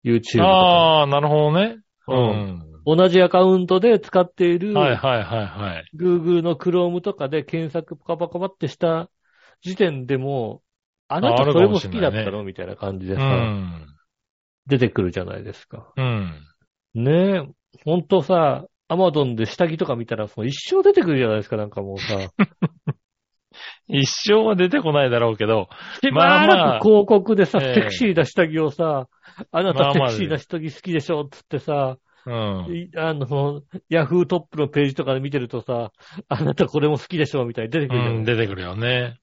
YouTube とか。
ああ、なるほどね。う
うん
ん。
同じアカウントで使っている、
はいはいはいはい。
Google の Chrome とかで検索パカパカパってした時点でもう、あな
ああ
た
る
そ
か
れ
も
も好
しれ
き
な
だ
い
っ
ね
たのみたいな感じで
う
さ、
ん。
出てくるじゃないですか。
うん。
ねえ、ほんとさ、アマゾンで下着とか見たら、その一生出てくるじゃないですか、なんかもう さ。
一生は出てこないだろうけど、
し
ま
ば
あまあ
らく広告でさ、
ええ
セクシーな下着をさ、あな
ま
た
あ
セ
まあ
クシーな下着好きでしょっつってさ、
うん。
いあの、ヤフートップのページとかで見てるとさ、あなたこれも好きでしょみたいに出てくるじゃない
うん、出てくるよね。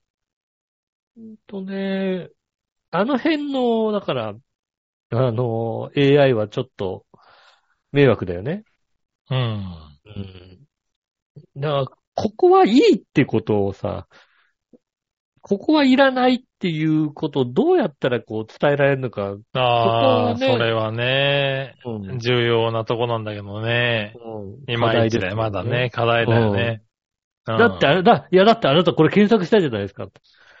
とね、あの辺の、だから、あの、AI はちょっと迷惑だよね。
うん。
うん。だから、ここはいいってことをさ、ここはいらないっていうことをどうやったらこう伝えられるのか。
ああ、
そ
そ
こはね
れはね、
うん。
重要なとこなんだけどね。い
課
ま
題
いち
です
だよ、まだね。課題だよね。うん
だってあれだ、いやだってあなたこれ検索したいじゃないですか。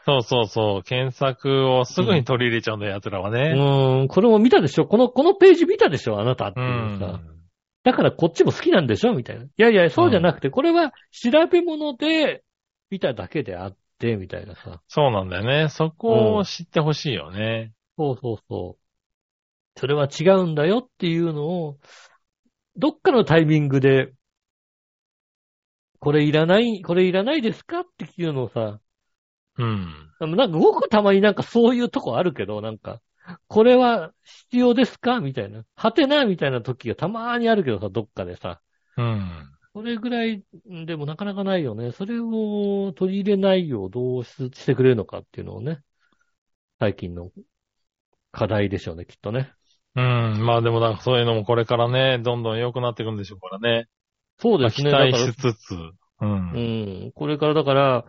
そうそうそう。検索をすぐに取り入れちゃうんだよ、奴らは
う
ね。
ん、これも見たでしょこの、このページ見たでしょあなたって
う
いうさ。
ん。
だからこっちも好きなんでしょみたいな。いやいや、そうじゃなくて、これは調べ物で見ただけであって、みたいなさ。
そうなんだよね。そこを知ってほしいよね。
そうそうそう。それは違うんだよっていうのを、どっかのタイミングで、これいらない、これいらないですかっていうのをさ、
うん。
でもなんかごくたまになんかそういうとこあるけど、なんか、これは必要ですかみたいな。はてなみたいな時がたまーにあるけどさ、どっかでさ。
うん。
それぐらい、んでもなかなかないよね。それを取り入れないようどうししてくれるのかっていうのをね、最近の課題でしょうね、きっとね。
うん。まあでもなんかそういうのもこれからね、どんどん良くなっていくんでしょうからね。
そう
ま
で
あ
す
期
ね。
待
だ
し
か
つつ。う
ら
ん。
うん。これからだから、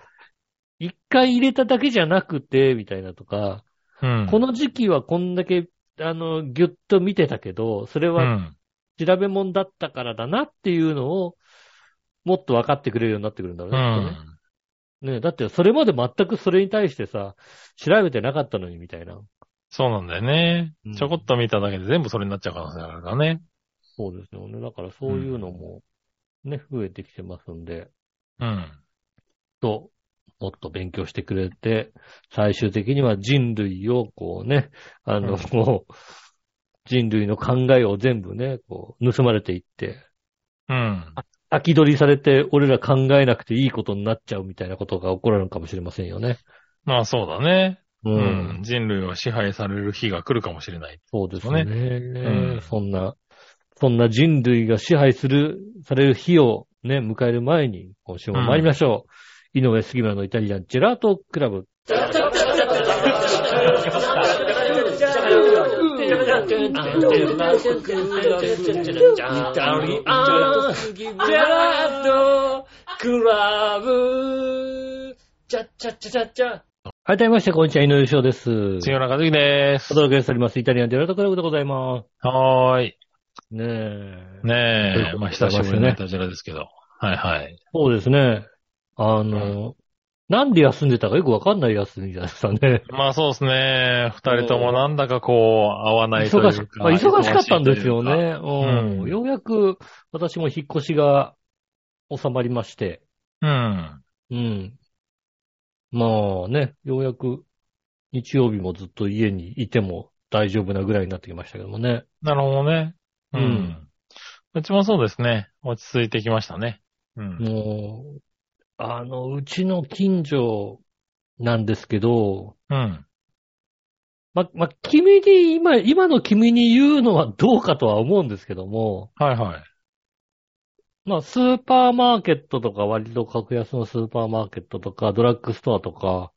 一回入れただけじゃなくて、みたいなとか、
うん。
この時期はこんだけ、あの、ぎゅっと見てたけど、それ
う
は
ん。
調べ物だったからだなっていうのを、もっと分かってくれるようになってくるんだろう
う
ねきっとね。
ん。
ねだってそれまで全くそれに対してさ、調べてなかったのにみたいな。
そうなんだよね
うん。
ちょこっと見ただけで全部それになっちゃう可能性があるからね。
そうですよね。だからそういうのも、ね、増えてきてますんで、
うん。
と、もっと勉強してくれて、最終的には人類をこうね、あの、
うん
もう、人類の考えを全部ね、こう、盗まれていって、
うん。
先取りされて、俺ら考えなくていいことになっちゃうみたいなことが起こるのかもしれませんよね。
まあそうだね。
う
うん。人類を支配される日が来るかもしれない。
そうですね。
そううん
そんな、そんな人類が支配する、される日をね、迎える前に、今週も参りましょう。井上杉村のイタリアンジェラートクラブ。はい、どうもまして、こんにちは、井上翔です。
杉浦和樹です
お。届けしております。イタリアンデラートクラブでございま
はーい。
す。ねえ。ということ
ねえ。
で
まあ久しぶりのいたじらですけど。はいはい。
そうですね。あの、なんで休んでたかよくわかんない休みでしたね。
まあそうですね。二人ともなんだかこう、合わないという
忙し
か。
まあ忙しかったんですよ
忙しいというか。
ね。うん
うん
ようやく私も引っ越しが収まりまして、
うん。
うん。まあね、ようやく日曜日もずっと家にいても大丈夫なぐらいになってきましたけどもね。
なるほどね。うん。
う
うんん、うちもそうですね。落ち着いてきましたね。うん。
もう、あの、うちの近所なんですけど、
うん。
ま、ま、君に、今、今の君に言うのはどうかとは思うんですけども、
はいはい。
まあ、スーパーマーケットとか、割と格安のスーパーマーケットとか、ドラッグストアとか、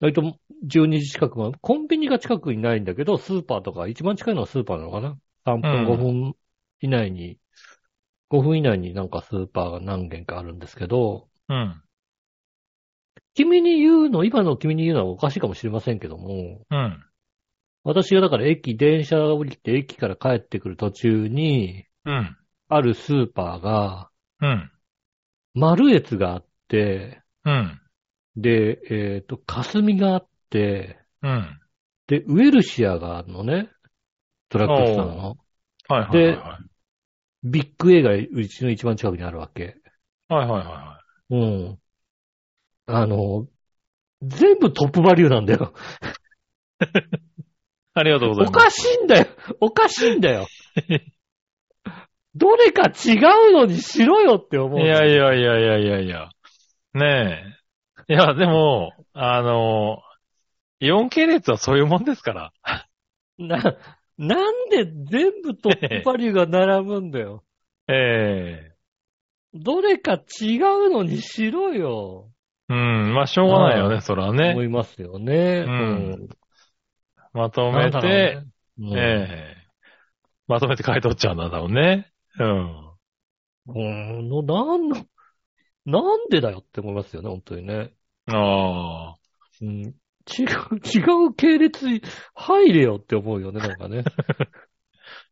割と12時近くまで、コンビニが近くにないんだけど、スーパーとか、一番近いのはスーパーなのかな ?3 分、
うん
5分以内に、5分以内になんかスーパーが何軒かあるんですけど、
うん。
君に言うの、今の君に言うのはおかしいかもしれませんけども、
うん。
私がだから駅、電車降りて駅から帰ってくる途中に、
うん。
あるスーパーが、
うん。
マルエツがあって、
うん。
で、えっ、と、霞があって、
うん。
で、ウェルシアがあるのね。ドラッグストアの。
はいはいはいはい。
ビッグ A がうちの一番近くにあるわけ。
はいはいはいは
うん。あの、全部トップバリューなんだよ。
い。ありがとうござい
お
ます。
かしいんだよ。おかしいんだ よ。どれか違うのにしろよって思う。
いやいやいやいやいやいや。ねえ。いや、でも、あの、イオン系列はそういうもんですから。
な、なんで全部ト ップバリューが並ぶんだよ。
え
どれか違うのにしろよ。
えうん、まあ、しょうがないよ
ああ
ね、それは
思
ね。
いますよね。
うんま
う
と
ん。
め
なんだろうね
て、、
うん
ええまとめて買い取っちゃうんだろうね。うん。
うん、の、なんの、なんでだよって思いますよね、本当にね。
ああ。
うん、違う、 違う系列に入れよって思うよね、なんか ね。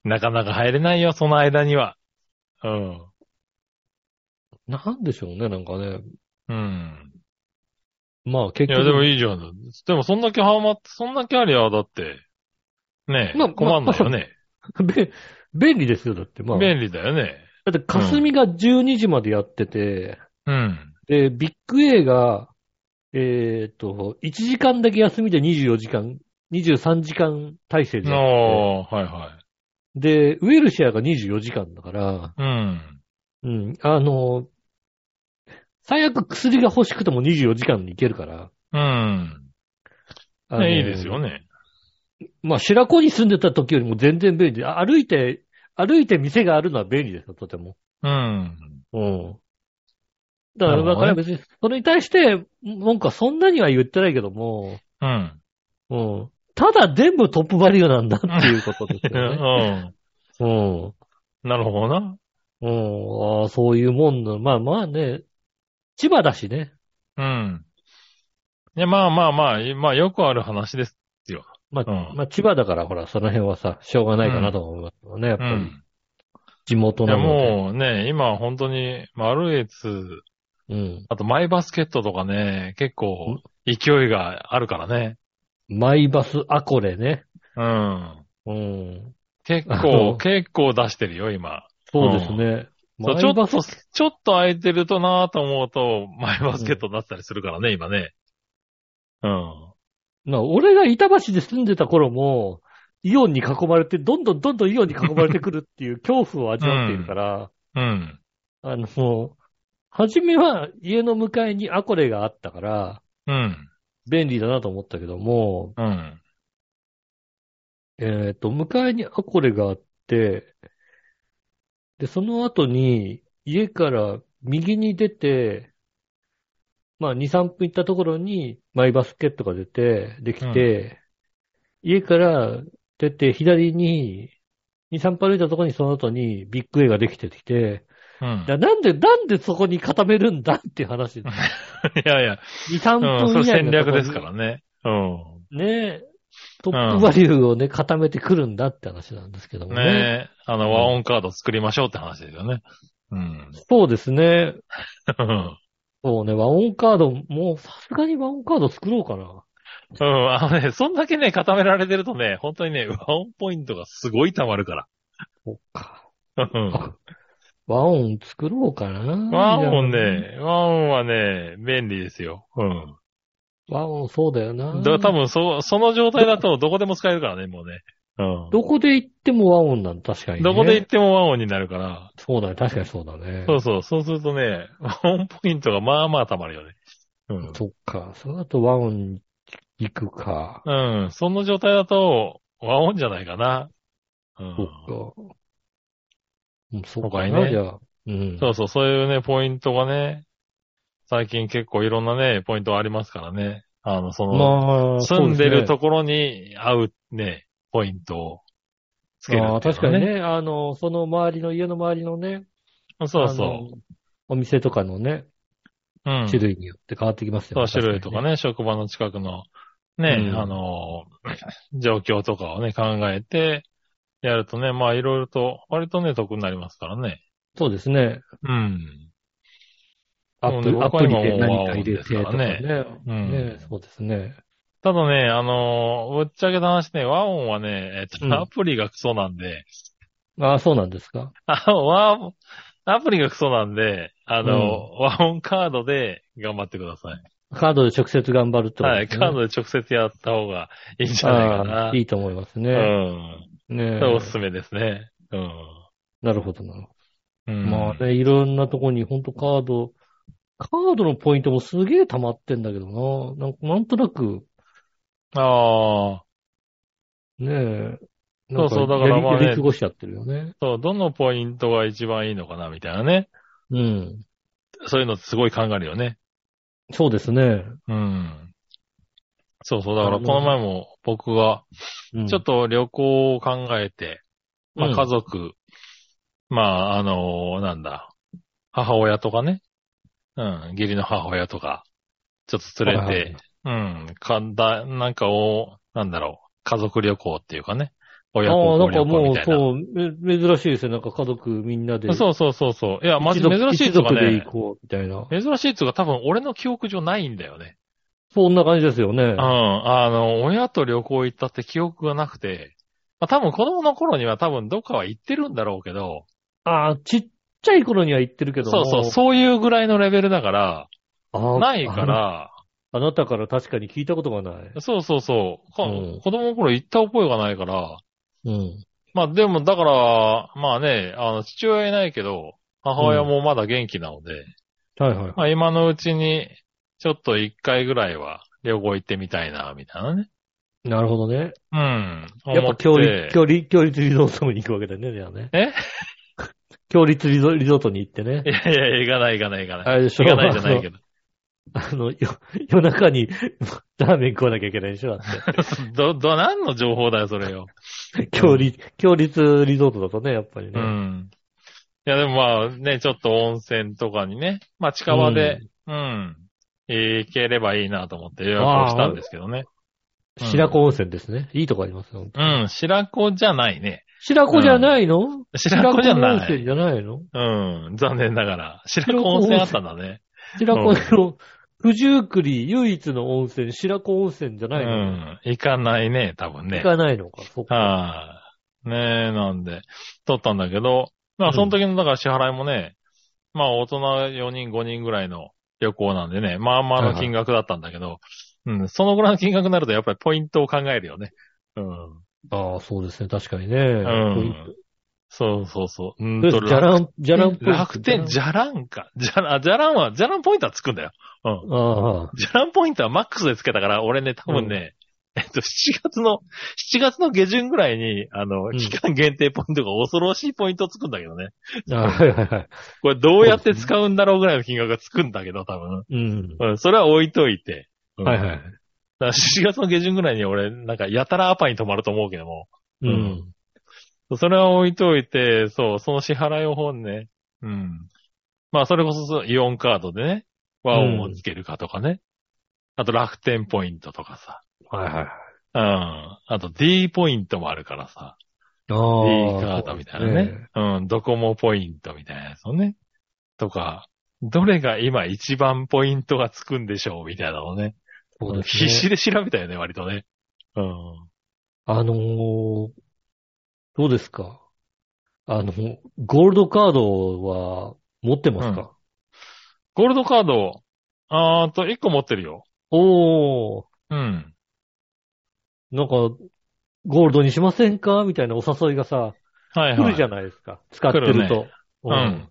なかなか入れないよ、その間には。うん。
なんでしょうね、なんかね。
うん。
まあ結
い
局。
や、でもいいじゃん。でも、そんだけハマって、そんだけありゃ、だって、ねえ、
まあ
困んないよね。
べ便利ですよ、だって。まあ。だ
便利だよね。
って、霞が12時までやってて、
うん。
で、ビッグ A が、えっ、と、1時間だけ休みで24時間、23時間体制でやって
おー、はいは
てで、ウェルシアが24時間だから、
い。うん。
うん、あの、最悪薬が欲しくても24時間に行けるから。
うん。
あの
ねいいですよ。ね。
まあ、白子に住んでた時よりも全然便利。あ歩いて、歩いて店があるのは便利ですよ、とても。
うん。
うん。だから、
なる
だ
ほ
か
どね
ら別に、それに対して、文句はそんなには言ってないけども、
うん。
うん。ただ全部トップバリューなんだっていうことです
う
よね。
ん。
うん。
なるほどな。
うん。ああ、そういうもんの。まあまあね、千葉だしね。
うん。いや、まあまあまあ、まあよくある話です。
まあ、
うん
まあ千葉だからほら、その辺はさ、しょうがないかなと思いますけどね、やっ
う
ぱり。
ん。
地元
いや、
なので。
もうね、今は本当に、マルエツ、
うん。
あとマイバスケットとかね、結構勢いがあるからね。
マイバスアコレね。
うん。
うん。
結
あの
構、結構出してるよ、今。
そうですね。
そう
マ
ち
イ
ょっと、
バ
ち
ス
ょっと空いてるとなぁと思うと、 マイバスケットになってたりするからね、今ね。うん。
な俺が板橋で住んでた頃も、イオンに囲まれて、どんどんどんどんイオンに囲まれてくるっていう恐怖を味わっているから、
うん。
あの、もう初めは家の向かいにアコレがあったから、
うん。
便利だなと思ったけども、
うん。
えっ、と、向かいにアコレがあって、で、その後に、家から右に出て、まあ、2、3分行ったところに、マイバスケットが出て、できて、家から出て、左に、2、3歩歩いたところに、その後に、ビッグ A ができてきて、
うん。
だなんで、なんでそこに固めるんだっていう話。2、
いやいや、
3
うん、そ
分
れ
以内
戦
のとこ
略
ろに
ですからね。うん。
ねえ、トップバリューをね、固めてくるんだって話なんですけどもね。
ねえ、あの、 和音カード作りましょうって話ですよね。うん。
そうですね。そうね、和音カード、もうさすがに和音カード作ろうかな。
うん、あのね、そんだけね、固められてるとね、本当にね、ワンポイントがすごい溜まるか
そうか。
ら。うん
和音作ろうかな。
ワンオン。ね、ワンオンはね、便利ですよ。うん。
和音そうだよな。
だから多分、そ、その状態だとどこでも使えるからね、もうね。うん。
どこで行っても和音なんだ、確かに、ね。
どこで行ってもワンオンになるから、
そうだね、確かにそうだね。
そうそう、そうするとね、ワンオンポイントがまあまあ溜まるよね。うん。
そっか。その後和音に行くか。
うん。その状態だと、和音じゃないかな。うん。
そっか。うん、そう
他
か
に
な、
ね
じゃあ。うん。
そうそう、そういうね、ポイントがね、最近結構いろんなね、ポイントありますからね。あの、その、
まあ、
住んでる
そう
ところに合うね、ポイントをつけ
す
る
ね。
っていうの
あ
は
あ、確かに。ね、あの、その周りの、家の周りのね。
そうそう。
う。お店とかのね、
うん。
種類によって変わってきますよ
そう、
ね。
種類とか
ね。
ね、職場の近くの、ね、
うん
あの、状況とかをね、考えて、やるとね、まあいろいろと、割とね、得になりますからね。
そうですね。
うん。
アップ
もうね
アプリで
僕は
何
もう
か入れてとか
和音
ね。
で
ね
うん
そうですね。
ただね、あのぶっちゃけた話ね、和音はね、えっ
うん
と、アプリがクソなんで、
ああ、そうなんですか。
あの、和音、アプリがクソなんで、あの、和音カードで頑張ってください。
カードで直接頑張るってこと
は
で
い、
すね。
カードで直接やった方がいいんじゃないか
あ
な
あ。いいと思います
う
ね。
ん。
ね
それおすすめですね。うん。
なるほどな。
うん、
まあね、いろんなとこにほんとカード、カードのポイントもすげえ溜まってんだけどな。なんかなんとなく、
ああ、
ねえ。
そうそうだからまあね
やりやり過ごしちゃってるよね。
そう、どのポイントが一番いいのかな、みたいなね。
うん。
そういうのすごい考えるよね。
そうですね。
うん。そうそう、だから
あ
こ
の
の前も僕が、
うん
ちょっと旅行を考えて、ま
う
あ
ん
家族、まああのなんだ、母親とかね、うん、義理の母親とか、ちょっと連れて、
はいはい
うん、簡単、なんかを、なんだろう、家族旅行っていうかね、親
ああ、
子
なんか
旅行
も
み
う
た、いな。
そう、め珍しいですよ。なんか家族みんなで。
そうそうそうそう。いや、まじ
一族
珍しいとか
一族で
ね
行。こう、みたいな。
珍しいとか多分俺の記憶上ないんだよね。
そんな感じですよね
うん。。あの、親と旅行行ったって記憶がなくて、まあ多分子供の頃には多分どっかは行ってるんだろうけど、
ああ、ちっちゃい頃には行ってるけど
そ
も
うそう、そういうぐらいのレベルだから、
ああ
ないか。ら、
あなたから確かに聞いたことがない。
そうそうそう、こ
うん
子供の頃行った覚えがないから、
うん。
まあでもだから、まあね、あの、父親いないけど、母親もまだ元気なので、
はいはい。
まあ今のうちに、ちょっと一回ぐらいは旅行行ってみたいな、みたいなね。
なるほどね。
うん。
やっ
思
ぱ
て
強立、強立、強立リゾートに行くわけだよね、じゃあね。
え
強立リゾリゾートに行ってね
い。やいやいや、行かない行かない行かない。
あれでしょ
行かないじゃないけど。
あの、よ夜中に ラーメン食わなきゃいけないで しょ、だっ
ど、ど、何の情報だよ、それよ。
て。強立、強立リゾートだとね、やっぱり
う
ね。
ん。いや、でもまあね、ちょっと温泉とかにね、まあ近場で、うん、行ければいいなと思って予約をしたんですけどね。うん
白子温泉ですね。いいとこありますよ。
うん、白子じゃないね。
白子じゃないの、
白子じゃ
白子温
な
泉
い。
じゃないの
うん、残念ながら。白子温泉あったんだね。
白子の、九十九里唯一の温泉、白子温泉じゃ
う
ないの、
ん、行かないね、多分ね。
行かないのか、そっか。
はい、ねえ、なんで、取ったんだけど、まあ、その時の、だから支払いもね、まあ、大人4人、5人ぐらいの旅行なんでね、まあまあの金額だったんだけど、うん、そのぐらいの金額になると、やっぱりポイントを考えるよね。うん。
ああ、そうですね、確かにね。
うん。そうそうそう。うん
とりあえずじゃらん、じゃらんっぽい
楽天、じゃらんか。じゃらん、あじゃらんは、じゃらんポイントはつくんだよ。うん。
ああ、
ジャランポイントはマックスでつけたから、俺ね、多分ね、えっと、7月の、7月の下旬ぐらいに、あの、
うん
期間限定ポイントが恐ろしいポイントつくんだけどね。
ああはいはいはい。
これどうやって使うんだろうぐらいの金額がつくんだけど、多分。
うん。
うん、それは置いといて。うん
はいはい。
だから7月の下旬ぐらいに俺、なんか、やたらアパに泊まると思うけども。
う
うんん。それは置いといて、そう、その支払いを本ね。うん。まあ、それこそそうイオンカードでね、和音をつけるかとかね。あと、楽天ポイントとかさ。
はいはい。
うん。あと D ポイントもあるから
あ
さ。
あ。
D カードみたいなね。うん。ドコモポイントみたいなやつをね。とか、どれが今一番ポイントがつくんでしょうみたいなのをね。
そうですね
必死で調べたよね、割とね。うん。
あのーどうですかあの、ゴールドカードは持ってますか、
ゴールドカード、あーっと、1個持ってるよ。
おー、
うん。
なんか、ゴールドにしませんかみたいなお誘いがさ、
はいはい。
来るじゃ
ん。
ないですか。使ってる
来る
と。う
うん。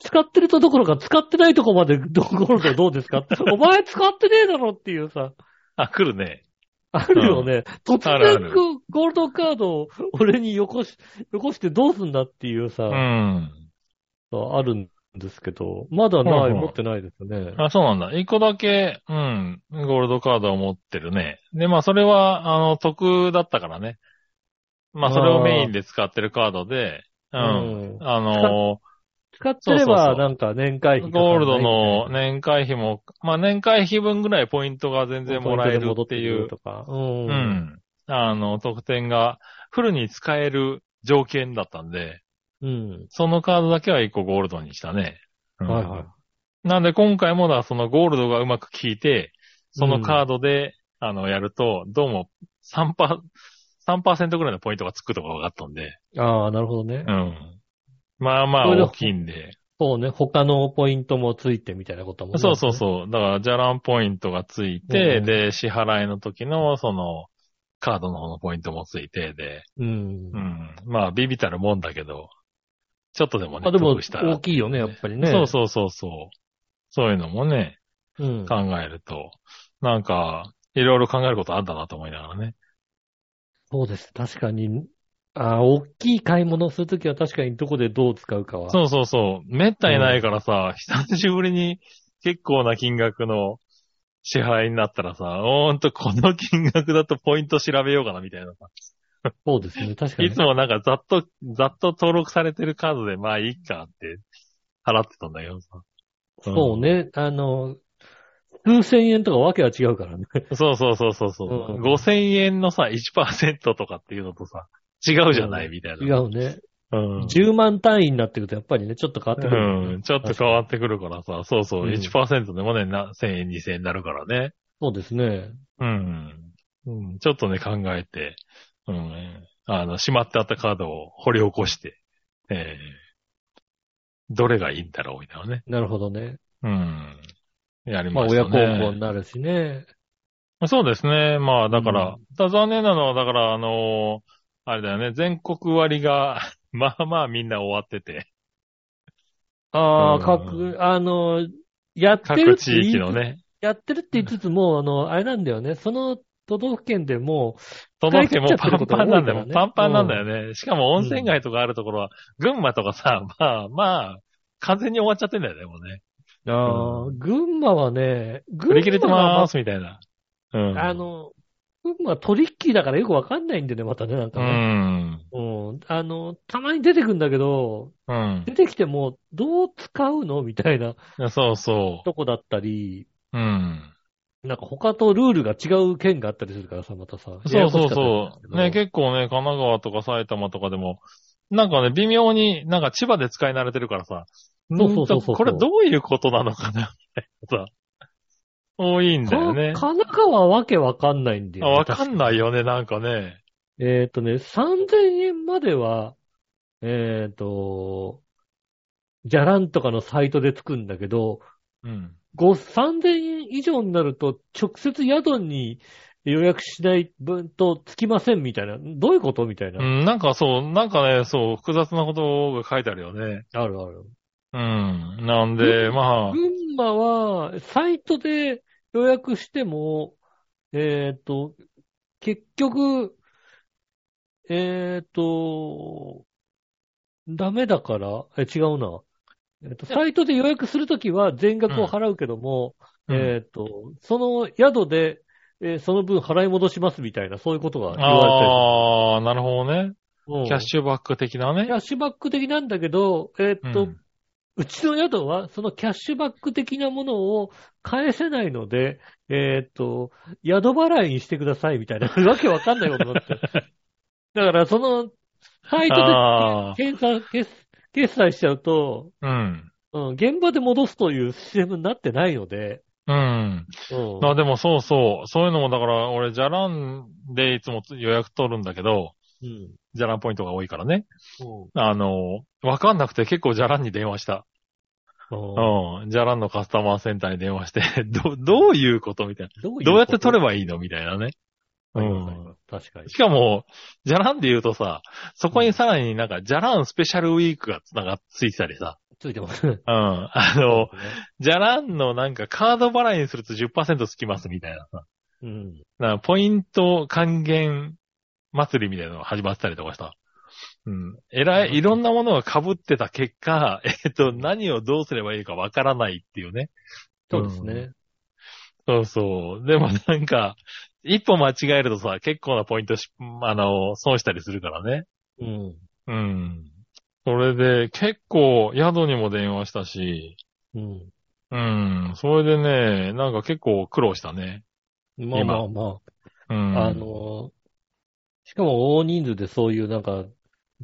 使ってるとどころか使ってないとこまでどゴールドどうです かお前使ってねえだろっていうさ、
あ、来るね。
あるよね。突
あるある
然ゴゴールドカードを俺によこし、よこしてどうすんだっていうさ、
うん。
あるんですけど、まだ
は
ないい、
はい
持ってないですね。
あ、そうなんだ。1個だけ、うん、ゴールドカードを持ってるね。で、まあ、それは、あの、得だったからね。まあ、それをメインで使ってるカードで、うん。
うん
あの
使ってれ
そうそうそう
ば、なんか年会費かかんない
ゴールドの年会費も、まあ、年会費分ぐらいポイントが全
みたい
然
な
もらえるっていう
ポイントで戻ってくるとか。
う
うん。
ん。あの、特典がフルに使える条件だったんで、
うん。
そのカードだけは1個ゴールドにしたね。うん
はいはい。
なんで今回もだ、そのゴールドがうまく効いて、そのカードで、あの、やると、どうも3%パ、3%ぐらいのポイントがつくとか分かったんで、
ああ、なるほどね。
うん。まあまあ
それで
大きいんで。
そうね。他のポイントもついてみたいなこともね、
そうそうそう。だから、じゃらんポイントがついて、
うん
で、支払いの時の、その、カードの方のポイントもついて、で、
う。うん
う。ん。まあ、ビビたるもんだけど、ちょっとでもね、
あ、でも、
得したら
大きいよね、やっぱりね。
そうそうそうそう。そういうのもね、
う。うん。
考えると、なんか、いろいろ考えることあんだなと思いながらね。
そうです。確かに、ああ、大きい買い物するときは確かにどこでどう使うかは。う。
そうそうそう。めったにないからさ、久しぶりに結構な金額の支払いになったらさ、ほんとこの金額だとポイント調べようかなみたいなさ。
そうですね。確かに。
いつもなんかざっと、ざっと登録されてるカードで、まあいいかって払ってたんだけどさ。
そうね。あの、数千円とかわけは違うからね。
そうそうそうそうそう、
うん
5000円のさ、1%とかっていうのとさ、違うじゃないみたいな。
違うね。
うん。
10万単位になってくるとやっぱりね、ちょっと変わってくる、
うん。ちょっと変わってくるからさ、そうそう、
うん
1%でもね、な1000円、2000円になるからね。
そうですね。
うん。うん、ちょっとね、考えて、うん。あの、しまってあったカードを掘り起こして、えー、どれがいいんだろうみたいなね。
なるほどね。
うん。やり
まあ
まし
親
た
孝
ね。
行になるしね。
そうですね。まあ、だから、
う
ただ残念なのは、だから、あのーあれだよね、全国割が、 まあまあみんな終わってて、
ああ、
う
各、あの、やってる
各
って
地
言い
域のね、
やってるって言いつつも、あの、あれなんだよね。その都道府県でも
都道府県もうパンパンなんだ
帰っちゃってることが多いか
よ。
らね
パンパンなんだよね。しかも温泉街とかあるところは、群馬とかさ、まあまあ、完全に終わっちゃってんだよね、もうね。
う、あー群馬はね、群馬
売り切れてまー
は
す、みたいな。うん。
あ、の、群馬はトリッキーだからよくわかんないんでね、またね、なんか
う
ね。
ん。
うん。あの、たまに出てくんだけど、
うん
出。てきても、どう使うのみたいな
そうそ
とこだったり、
う。うん。
なんか他とルールが違う県があったりするからさ、またさ。
そうそ
や
うそう。ね、
やこしかったりするんですけど
結構ね、神奈川とか埼玉とかでも、なんかね、微妙に、なんか千葉で使い慣れてるからさ、
そうそうそうそ
んと
う
これどういうことなのかな、みたいなさ、多いんだよね
か。神奈川はわけわかんないんだよ
あ
ね、
わかんない
よ。
よね、なんかね。
えっ、とね、3000円までは、えっ、と、じゃらんとかのサイトでつくんだけど、
うん。
ご3000円以上になると、直接宿に予約しない分とつきませんみたいな。どういうことみたいな。
うん、なんかそう、なんかね、そう、複雑なことが書いてあるよね。
あるある。
うん。なんで、まあ、
群馬は、サイトで予約しても、えっ、と、結局、えっ、と、ダメだから、え、違うな。えっと、サイトで予約するときは全額を払うけども、
うん
えっ、と、その宿で、えーその分払い戻しますみたいな、そういうことが言わ
ああ、なるほどね。
れてる。
キャッシュバック的な
うんキャ
ね。
ッシュバック的なんだけど、えっ、と、
う
うんちの宿は、そのキャッシュバック的なものを返せないので、えっ、と、宿払いにしてくださいみたいな、わけわかんないことになって。 だから、その、サイト
あー
で検査、決決済しちゃうと、
うん。
うん、現場で戻すというシステムになってないので、
うん。
うん。
あ、でもそうそう。そういうのも、だから、俺、じゃらんでいつも予約取るんだけど、
うん。
じゃらんポイントが多いからね。
うん
あの、わかんなくて結構じゃらんに電話した。
うん
うん。じゃらんのカスタマーセンターに電話して、 ど、どういうことみたい
どう
な。どうやって取れ
ば
ばいいのみたいなね。う
いいのか
ん。
確かに
し。かも、じゃらんで言うとさ、そこにさらになんか、じゃらんスペシャルウィークがつながっついてたりさ。
ついてます。ね
うん。あの、じゃらんのなんかカード払いにすると10%つきますみたいなさ。
うん。
なんかポイント還元祭りみたいなのが始まってたりとかさ。うん。えらい、いろんなものが被ってた結果、えっと、何をどうすればいいかわからないっていうね。
そうですね。
そうそう。でもなんか、一歩間違えるとさ、結構なポイントし、あの、損したりするからね。
うん。
うん。それで、結構、宿にも電話したし、
うん。
うん。それでね、なんか結構苦労したね。
まあまあまあ。
うん。
あの、しかも大人数でそういうなんか、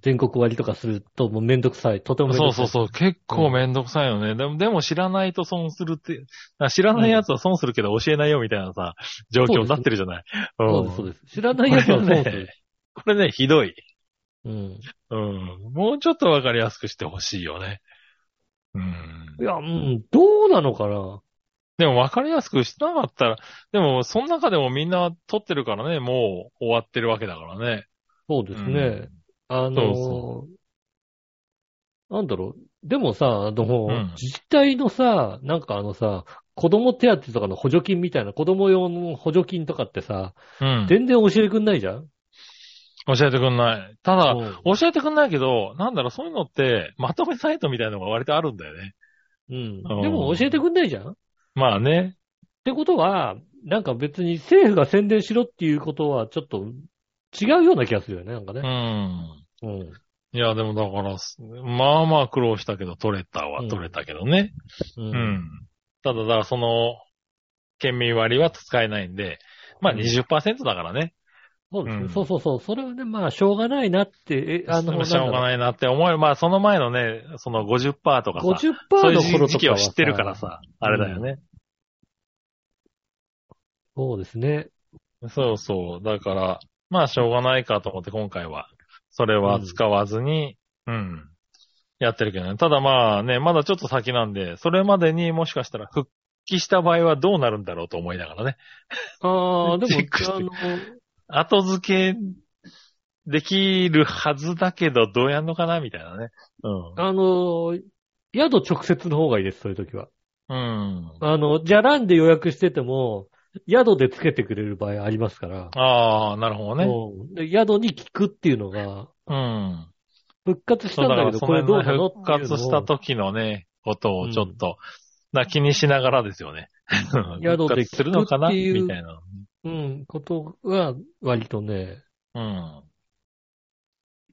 全国割とかするともうめんどくさい。とてもめん
そ
ど
う
くさ
そ
い。
うそう。結構めんどくさいよね。でも、でも知らないと損するって、 あ知らないやつは損するけど教えないよみたいなさ、状況になってるじゃない。
そ
そう
です、そうです。知らないやつはそう
これ
で
ねこれね、ひどい。
す。うん。
うん。もうちょっとわかりやすくしてほしいよね。うん
い。や、うん、どうなのかな
でもわかりやすくしてなかったら、でも、その中でもみんな撮ってるからね、もう終わってるわけだからね。
そうですね。あの
そうそ
なんだろう。でもさ、あの、
うん
自治体のさ、なんかあのさ、子供手当とかの補助金みたいな、子供用の補助金とかってさ、
うん。
全然教えてくんないじゃん
教えてくんない。ただ、
うん
教えてくんないけど、なんだろう、そういうのって、まとめサイトみたいなのが割とあるんだよね。
うん。でも教えてくんないじゃん
まあね。
ってことは、なんか別に政府が宣伝しろっていうことはちょっと違うような気がするよね、なんか
う
ね。
ん。
うん。
いや、でもだからす、まあまあ苦労したけど、取れたは
うん
取れたけどね。
う。
うんん。ただ、だからその、県民割は使えないんで、まあ
うん
20%だからね。
そうですね、
うん
そうそうそう。それはね、まあ、しょうがないなって、え、あの、
しょうが
い
ないなって思える。まあその前のね、その50%とかさ、
50%
そうい
の頃とかは
う時期を知ってるから。さ、
うん
あれだよね。
そうですね。
そうそう。だから、まあしょうがないかと思って今回は、それは使わずに、うん、やってるけどね。ただまあね、まだちょっと先なんで、それまでにもしかしたら復帰した場合はどうなるんだろうと思いながらね。
ああ、で
チェックして
も、あの、
後付けできるはずだけど、どうやんのかなみたいなね。
あの、宿直接の方がいいです、そういう時は。
うん。うん。
あの、じゃらんで予約してても、宿でつけてくれる場合ありますから。
ああ、なるほどね。
うんで宿に聞くっていうのが、
うん。
復活した
そうんだか
だけ
ら
ど、
そ
これどう
の
なの
復活した時のね、ことをちょっと、な気にしながらですよね。
宿
復
で聞くっていう
活するのかなみたいな。
うん、ことは割とね。
うん。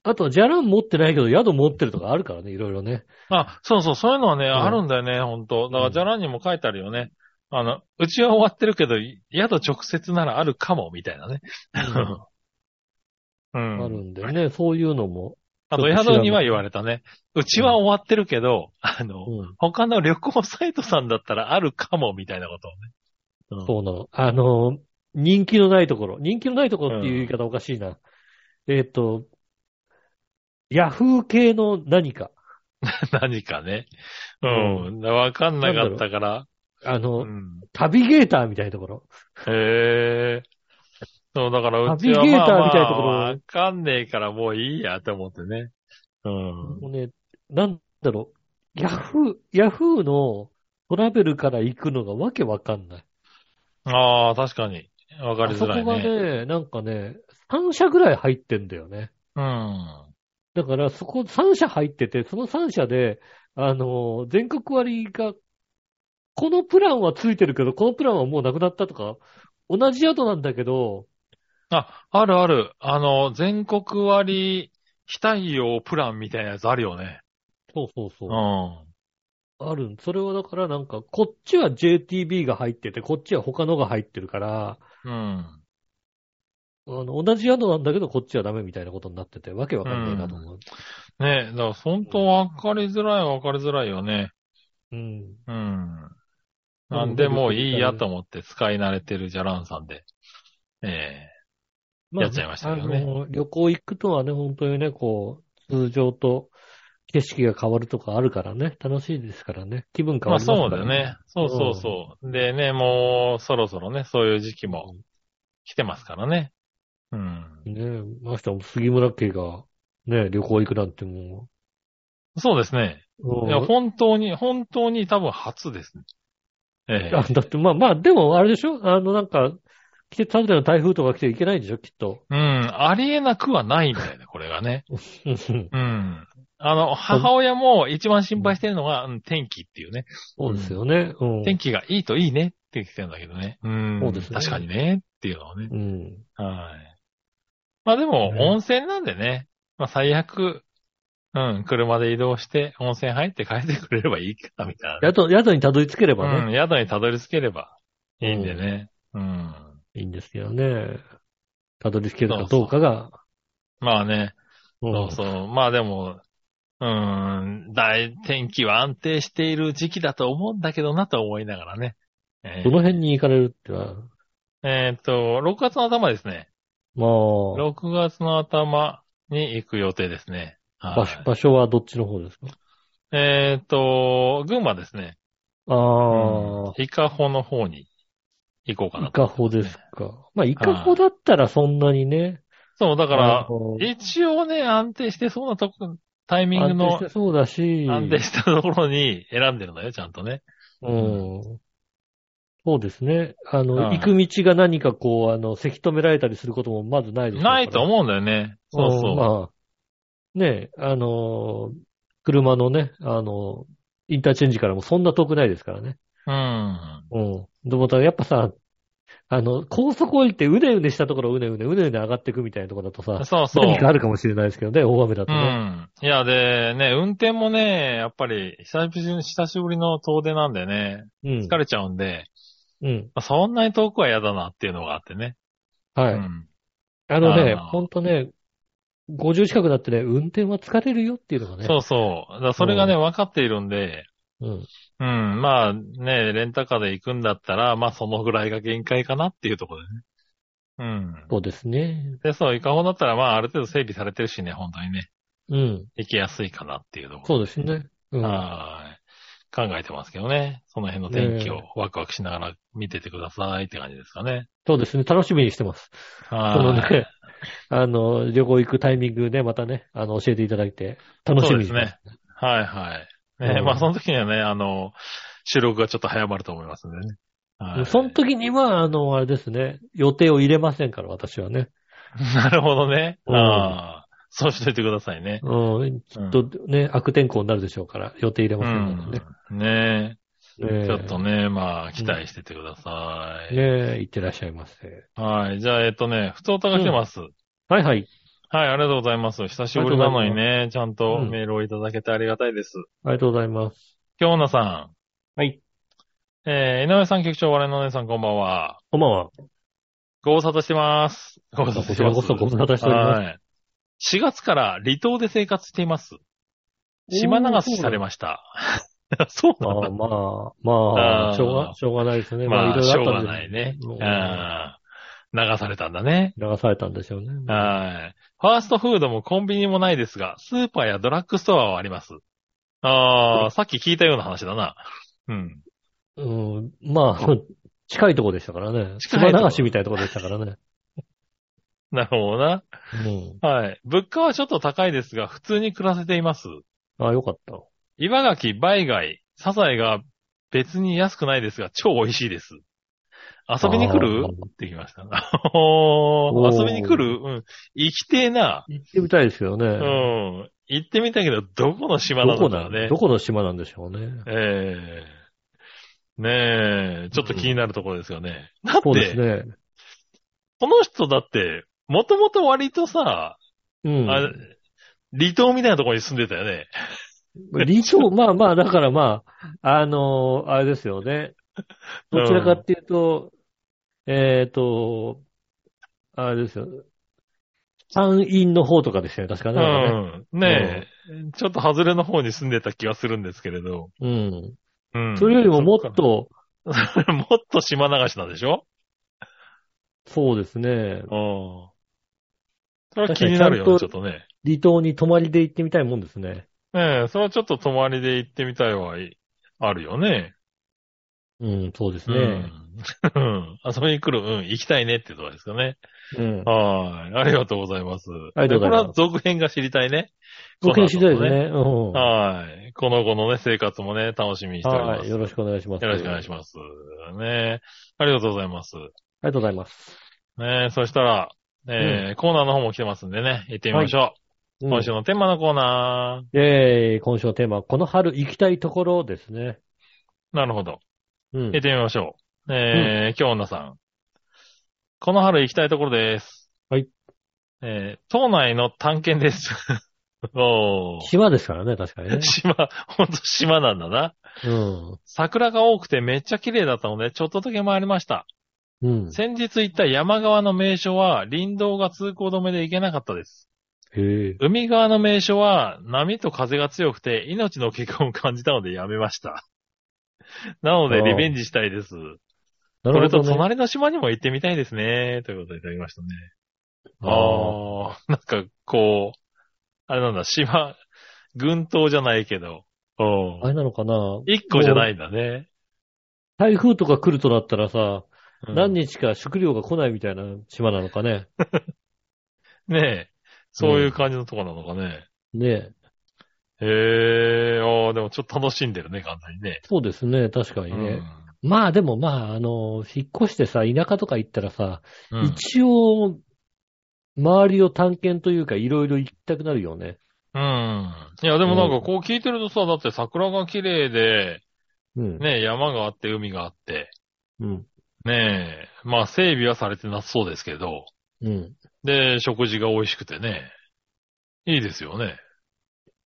あと、じゃらん持ってないけど、宿持ってるとかあるからね、いろいろね。
あ、そうそう、そういうのはね、
ん
あるんだよね、ほんと。だか
う
ら、
ん
じゃらんにも書いてあるよね。あの、うちは終わってるけど、い宿直接ならあるかも、みたいなね。う
ある
ん。
んでね、そういうのも。
あと、宿には言われたね。うちは終わってるけど、あの、
うん、
他の旅行サイトさんだったらあるかも、みたいなことをね。うん
そうなの。あの、人気のないところ。人気のないところっていう言い方おかしいな。えっ、と、ヤフー系の何か。
何かね。うん。わかんなかったから。
あの、
うん。
旅ゲーターみたいなところ。
へえ。そう、だからうちは
ナビゲー
ま
タ
あ
ー
まあ、
みたいなところ
わかんねえからもういいやと思ってね。うん。
もうね、なんだろう。ヤフー、ヤフーのトラベルから行くのがわけわかんない。
ああ、確かに。わかり
あそ
づ
こ
らい
が
ね。
ね、なんかね、3社ぐらい入ってんだよね。
うん。
だから、そこ3社入ってて、その3社で、あのー、全国割が、このプランはついてるけど、このプランはもうなくなったとか、同じ宿なんだけど、
あ、あるある。あの、全国割非対応プランみたいなやつあるよね。
そうそうそうう。
ん。
ある。それはだからなんか、こっちは JTB が入ってて、こっちは他のが入ってるから、
うん。
あの、同じ宿なんだけど、こっちはダメみたいなことになってて、わけわかんないなと思う。
ねだから本当わかりづらいわかりづらいよね。
うん。
うん。なんでもういいやと思って使い慣れてるジャランさんで。ええやっちゃいましたけどね
あの旅行行くとはね、本当にね、こう、通常と景色が変わるとかあるからね、楽しいですからね。気分変わ
まあ
りますから
そうだね。。そうそうそう。でね、もうそろそろね、そういう時期も来てますからね。うん。
ねえ、ましても杉村家が、ね、旅行行くなんても
そうですね。
う。
いや、
うん
本当に、本当に多分初ですね。え え
あだって、まあまあ、でもあれでしょあの、なんか、季節外れの台風とか来ていけないんでしょきっと。
うん、ありえなくはないんだ よね、これがね。
そ
うん。あの、母親も一番心配してるのが、うん天気っていうね。
うですよね。うん。
天気がいいといいねって言ってるんだけどね。うん。
そうですね
確かにね、っていうのをね。
うん。
はい。まあでも、
ね
温泉なんでね。まあ最悪、うん、車で移動して、温泉入って帰ってくれればいいかな、みたいな。
宿、宿にたどり着ければね、
うん、宿にたどり着ければいいんでね。うん。
いいんですけどね。たどり着けるかどうかが。
まあね、
そ
そうそう。まあでも、うーん、大、天気は安定している時期だと思うんだけどなと思いながらね。え
ど
ー
の辺に行かれるっては、
えーっと、6月の頭ですね。
まあ、
6月の頭に行く予定ですね。はい
場所場所はどっちの方ですか
えーっと、群馬ですね。
あ
伊香保の方に行こうか
あ、
な
イ
と。
カホですか。まあ、イカホだったらそんなにね。
そう、だ
だ
から、、一応ね、安定してそうなとこ、タイミング
安定
の
してそうだし、
安定したところに選んでるのよ、ちゃんとね。
うん。そうですね。あの、
はい
行く道が何かこう、あの、せき止められたりすることもまずないです
ないと思うんだよね。そうそう。
んまあ、ねえ、あのー、車のね、あのー、インターチェンジからもそんな遠くないですからね。
うん。
うん。でもただやっぱさ、あの、高速降りてうねうねしたところをうねうね、うねうね上がっていくみたいなところだとさ、
そうそう。
何かあるかもしれないですけどね、大雨だと
う
ね。
ん。いや、で、ね、運転もね、やっぱり、久しぶり久しぶりの遠出なんでね、
うん。
疲れちゃうんで、
うん。
まあそんなに遠くは嫌だなっていうのがあってね。
はい。
うん。
あのね、
あの
ほんとね、50近くなってね、運転は疲れるよっていうのがね。
そうそう。だからそれがね、分かっているんで、
うん。
うん。まあね、レンタカーで行くんだったら、まあそのぐらいが限界かなっていうところでね。うん。
そうですね。
で、そう、イカホだったら、まあある程度整備されてるしね、本当にね、
うん。
行きやすいかなっていうとこ
そうですね。う
ろ。
ん。
はい。考えてますけどね。その辺の天気
ね
をワクワクしながら見ててくださいって感じですかね。
そうですね。楽しみにしてます。その
はい。
ね、 あの、旅行行くタイミングね、またね、あの、教えていただいて、楽しみにしてます。
はいはい。ね
うん
まあその時にはね、あの、収録がちょっと早まると思いますんでね。はい
その時には、あの、あれですね、予定を入れませんから、私はね。
なるほどね。
うん
ああ。そうしといてくださいね。
うん、ちょっとね、悪天候になるでしょうから、予定入れませんからね。
うんねえ。ちょっと
ね
ね、まあ、期待しててくださ
え。
い。
ねえ、行ってらっしゃいませ。
はい。じゃあ、えっとね、ふつおたが来てます。
はいはい。
はい、ありがとうございます。久しぶりなのにね、ちゃんと
うん
メールをいただけてありがたいです。
ありがとうございます。
京奈さん。
はい。
えー、井上さん局長、我々のお姉さん、こんばんは。
こんばんは。
ご無沙汰してます。ご無
こちらこそご無沙汰しております。
はい。4月から離島で生活しています。島流しされました。 そう
ま
な
あ
ん
ま
だ。
あ、ま
あー
あ、しょうが、しょうがないですね。
まあ、
ろ
しょう
ろ
が
ったんで
ないね。
もう
あー流されたんだね。
流されたんでしょうね。
はい。ファーストフードもコンビニもないですが、スーパーやドラッグストアはあります。ああ、さっき聞いたような話だな。うん。
うん、まあ、 近いとこでしたからね。
近いとこ
島流しみたいなとこでしたから ね。
なるほどな。
うん。
はい。物価はちょっと高いですが、普通に暮らせています。
あよかった。
岩ガキ、バイガイ、サザエが別に安くないですが、超美味しいです。遊びに来る
あー
ってきました。 おー
おー
遊びに来るうん。行きてえな。
行ってみたいですよね。
うん。行ってみたけど、どこの島な
どこ
のか
な
ね
ど。この島なんでしょうね。
ええねえ、ちょっと気になるところですよね。だっ
そうで
て、
すね。
この人だって、もともと割とさ、
うん。
あ離島みたいなところに住んでたよね。
理想、まあまあ、だからまあ、あのーあれですよね。どちらかっていうと、えっ、と、あれですよ。山陰の方とかでしたよね、確か
う
ね。なんかね
ん。ねえ、ちょっと外れの方に住んでた気がするんですけれど。
うん。
うん。
それよりももっ
そ
と、
っか、 もっと島流しなんでしょ
そうですね。
うん。それは気になるよね、ち
確
ょっとね。
離島に泊まりで行ってみたいもんですね。
ええ、それはちょっと泊まりで行ってみたいはい、あるよね。
うん、そうです
う
ね。
ん。うん 遊びに来る、うん、行きたいねってとこですよね。
うん。
はい。ありがとうございます。
ありがとうございます
でこれは続編が知りたいね。
僕に次第です
この後も
ね。
ね。
うん。は
はい。この後のね、生活もね、楽しみにしております。
い。よろしくお願いします。
よろしくお願いし
ます。
ます。ねありがとうございます。
ありがとうございます。
ねそしたら、えーコーナーの方も来てますんでね、行ってみましょう。
うん
今週のテーマのコーナ
えー、今週のテーマは、この春行きたいところですね。
ー。なるほど。
うん
行っ。てみましょう。えー、今日女さん。この春行きたいところです。
はい。
えー、島内の探検です。 おー。。
島ですからね、確かにね
島、ほんと島なんだな。
うん。
桜が多くてめっちゃ綺麗だったので、ちょっとだけ回りました。
うん。
先日行った山側の名所は、林道が通行止めで行けなかったです。
へえ。
海側の名所は、波と風が強くて、命の結婚を感じたのでやめました。なので、
ああ
リベンジしたいです。
な
それ
る
と、
ほど、ね。
隣の島にも行ってみたいですね。ということでいただきましたね。
ああ。
ああ、なんか、こう、あれなんだ、島、群島じゃないけど、うん
あれなのかな
一個じゃないんだね。
台風とか来るとなったらさ、
うん
何日か食料が来ないみたいな島なのかね。
ねえ。そういう感じのとこなのかね。
ねえ
へえ、ああ、でもちょっと楽しんでるね、完全にね。
そうですね、確かにね。まあでもまあ、あの、引っ越してさ、田舎とか行ったらさ、
うん。うん
一応、周りを探検というか、いろいろ行きたくなるよね。
うん。いや、でもなんかこう聞いてるとさ、だって桜が綺麗で、
うん。
ねえ、山があって、海があって、
うん。
ねえ、まあ整備はされてなさそうですけど、
うん。
で、食事が美味しくてね、いいですよね。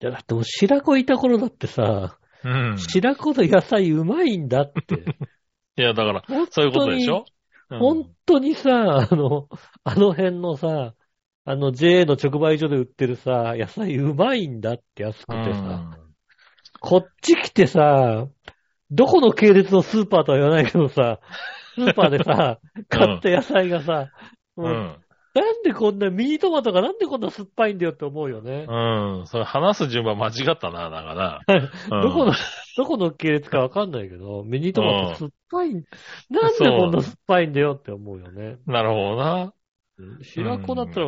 いや、だってもう白子いた頃だってさ、
うん。
白子の野菜うまいんだって。
いや、だから、
本
そういうこ
当
とで
に
し、ょうん
本当にさ、あの、あの辺のさ、あの JA の直売所で売ってるさ、野菜うまいんだって安く
う
てさ、
ん
こっち来てさ、どこの系列のスーパーとは言わないけどさ、スーパーでさ、買った野菜がさ、
う。
もうんなんでこんなミニトマトがなんでこんな酸っぱいんだよって思うよね。
うん。それ話す順番間違ったな、だ から
どこの、
だ
どこの系列かわかんないけど、ミニトマト酸っぱい、なんで
そう
こんな酸っぱいんだよって思うよね。
なるほどな。
白子だったら、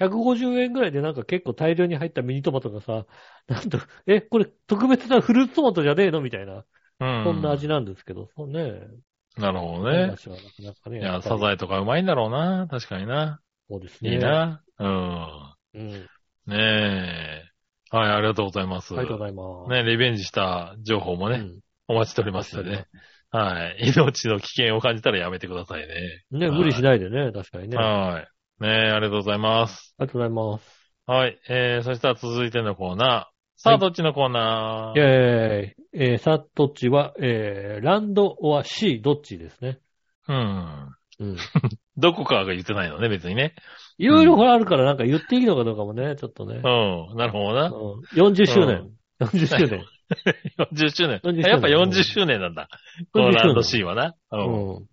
150円ぐらいでなんか結構大量に入ったミニトマトがさ、なんと、え、これ特別なフルーツトマトじゃねえのみたいな、
うん。
そんな味なんですけど、そうね。
なるほどね。
話はなかなかね。
い
や
や、
っぱ
サ
り
ザエとかうまいんだろうな。確かにな。
そうですね。
いいな。うん。
うん。
ねえ。はい、ありがとうございます。
ありがとうございます。
ね、リベンジした情報も
う
ね、
ん。
お待ちしておりますのでね。はい。命の危険を感じたらやめてくださいね。
ね、無理しないでね、確かにね。あ
はい。ねえ、ありがとうございます。
りがとうございます。
はい。えー、そしたら続いてのコーナー。さ
は
あ、
い
どっちのコーナー、
えー、えー、さっとっちは、えー、ランドオア C、どっちですね。
うん。
うん。
どこかが言ってないのね、別にね。
いろいろほらあるからなんか言っていいのかどうかもね、ちょっとね。
うん。なるほどな。
うん40周年。40周年。
40周
40
年。
周年
あやっぱ40周年なんだ。 このランド C はな。う。
うんん。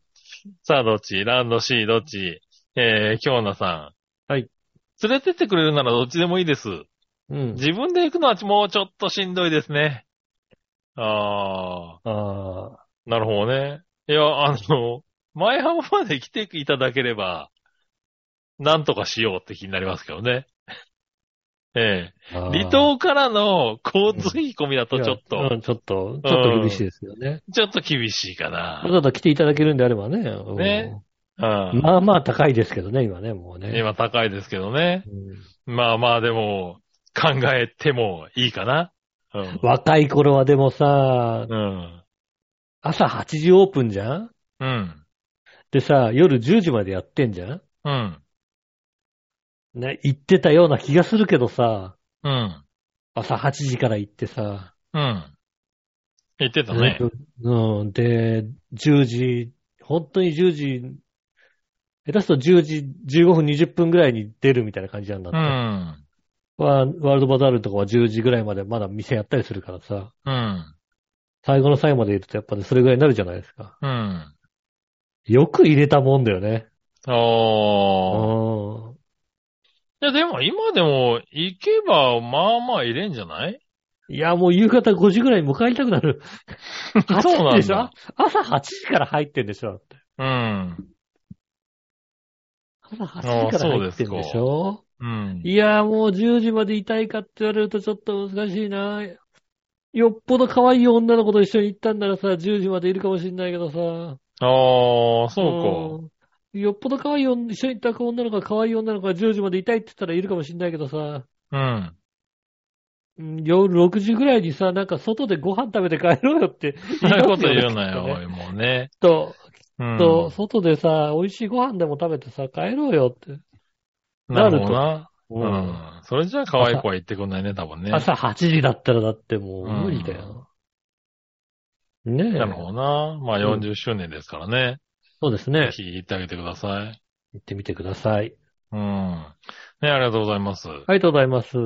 さあ、どっちランド C、どっちえー、京奈さん。
はい。
連れてってくれるならどっちでもいいです。
うん。
自分で行くのはもうちょっとしんどいですね。あ
ああ、
ー、なるほどね。いや、あの、前浜まで来ていただければ、なんとかしようって気になりますけどね。 ええ離島からの交通費込みだとちょっ
いや
と、
うん、ちょっと、ちょっと厳しいですよね。
ちょっと厳しいか
わ
な。
ざわざ来ていただけるんであればね。うん
ねうん
まあまあ高いですけどね、今ね、もうね。
今高いですけどね。
うん
まあまあでも、考えてもいいかな。うん。
若い頃はでもさ、
うん。
朝8時オープンじゃん
うん。
でさ、夜10時までやってんじゃん
うん。
ね、行ってたような気がするけどさ、
うん。
朝8時から行ってさ、
うん。言ってたね。
うん、で、10時、本当に10時、下手すると10時15分20分ぐらいに出るみたいな感じなんだっ
う
て。
ん。
ワワールドバザールとかは10時ぐらいまでまだ店やったりするからさ、
うん。
最後の最後まで入れるとやっぱね、それぐらいになるじゃないですか。
うん。
よく入れたもんだよね。うん。
ああ。いや、でも今でも行けば、まあまあ入れんじ ゃない
いや、もう夕方5時ぐらいに迎えたくなる。
そうなんだ
8時でしょ朝8時から入ってんでしょだって
うん。
朝8時から入ってんでしょ
うん。
いや、もう10時までいたいかって言われるとちょっと難しいな。よっぽど可愛い女の子と一緒に行ったんならさ、10時までいるかもしんないけどさ。
ああ、そう
うんよっぽど可愛い女、一緒に行った女の子が可愛い女の子が10時までいたいって言ったらいるかもしんないけどさ、
か。うん。
うん夜6時ぐらいにさ、なんか外でご飯食べて帰ろうよって
そ
言
う
い
いうこ
ます
と
よね
言うなよ、おいもうね。
きっと、
うん。
と、外でさ、美味しいご飯でも食べてさ、帰ろうよって。
なるほどな。
う
うんん。それじゃあ可愛い子は行ってこないね、多分ね。
朝8時だったらだってもう無理だよ。ねえ
な。るほどな。まあ
うん
40周年ですからね。
そうです
ぜ
ね。
ひ行ってあげてください。
行ってみてください。
うん。ね、ありがとうございます。
ありがとうございます。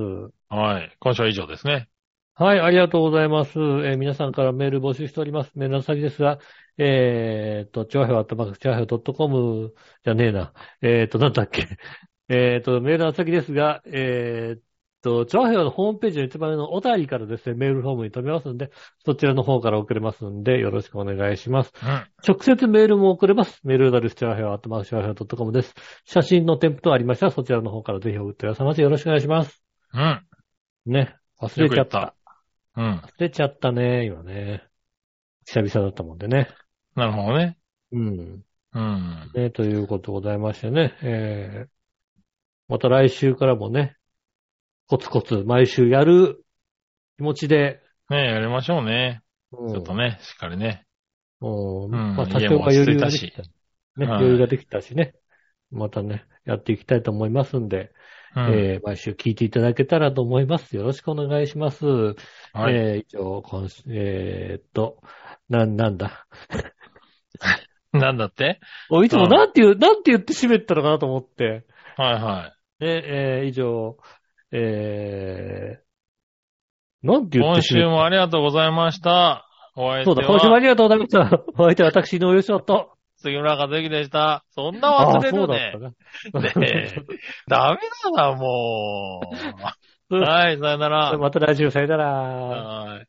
はい。今週は以上ですね。
はい、ありがとうございます。えー皆さんからメール募集しております。メールの先ですが、えーっと、ちょうへいあったまくちょうへい .com じゃねえな。えーっと、なんだっけ。 えーっと、メールの先ですが、えーっと、ちょうへいのホームページの一番上のお便りからですね、メールフォームに飛びますので、そちらの方から送れますので、よろしくお願いします。
うん。
直接メールも送れます。メールアドレス、チャーヘア、アットマークチャーヘア .com です。写真の添付等ありましたら、そちらの方からぜひ送ってくださいませ。よろしくお願いします。
うん。
ね。忘れちゃっ
よく
た。
うん。
忘れちゃったね、今ね。久々だったもんでね。
なるほどね。
うん。
うん。
ね、ということでございましてね。えー、また来週からもね、コツコツ毎週やる気持ちで、
ねやりましょうね。
うん
ちょっとね、しっかりね。
うん
うん
まあ、多
家
少
も
は余裕がで
落ち着
き
い
た。ね、
はい
余裕ができたしね。またね、やっていきたいと思いますんで、
うん。
えー毎週聞いていただけたらと思います。よろしくお願いします。
はい。
えー以上、今週、えーっと、な、なんだ。
なんだって
おいつも
うん
なんて言う、なんて言って締めたのかなと思って。
はいは
で、えー以上、えー、なん
い。
て言って締
今
め
週
た
もありがとうございました。お相手
そ
は
うだ、今週もありがとうございました。 お相手は私、井上翔と。
杉村和之でした。そんな
あ
忘
あー、
れ
そう
る
だっ
ね
た。な。
ねえ。ダメだな、もう。
うん
はい、さよなら。
また来週、さよなら。
はい。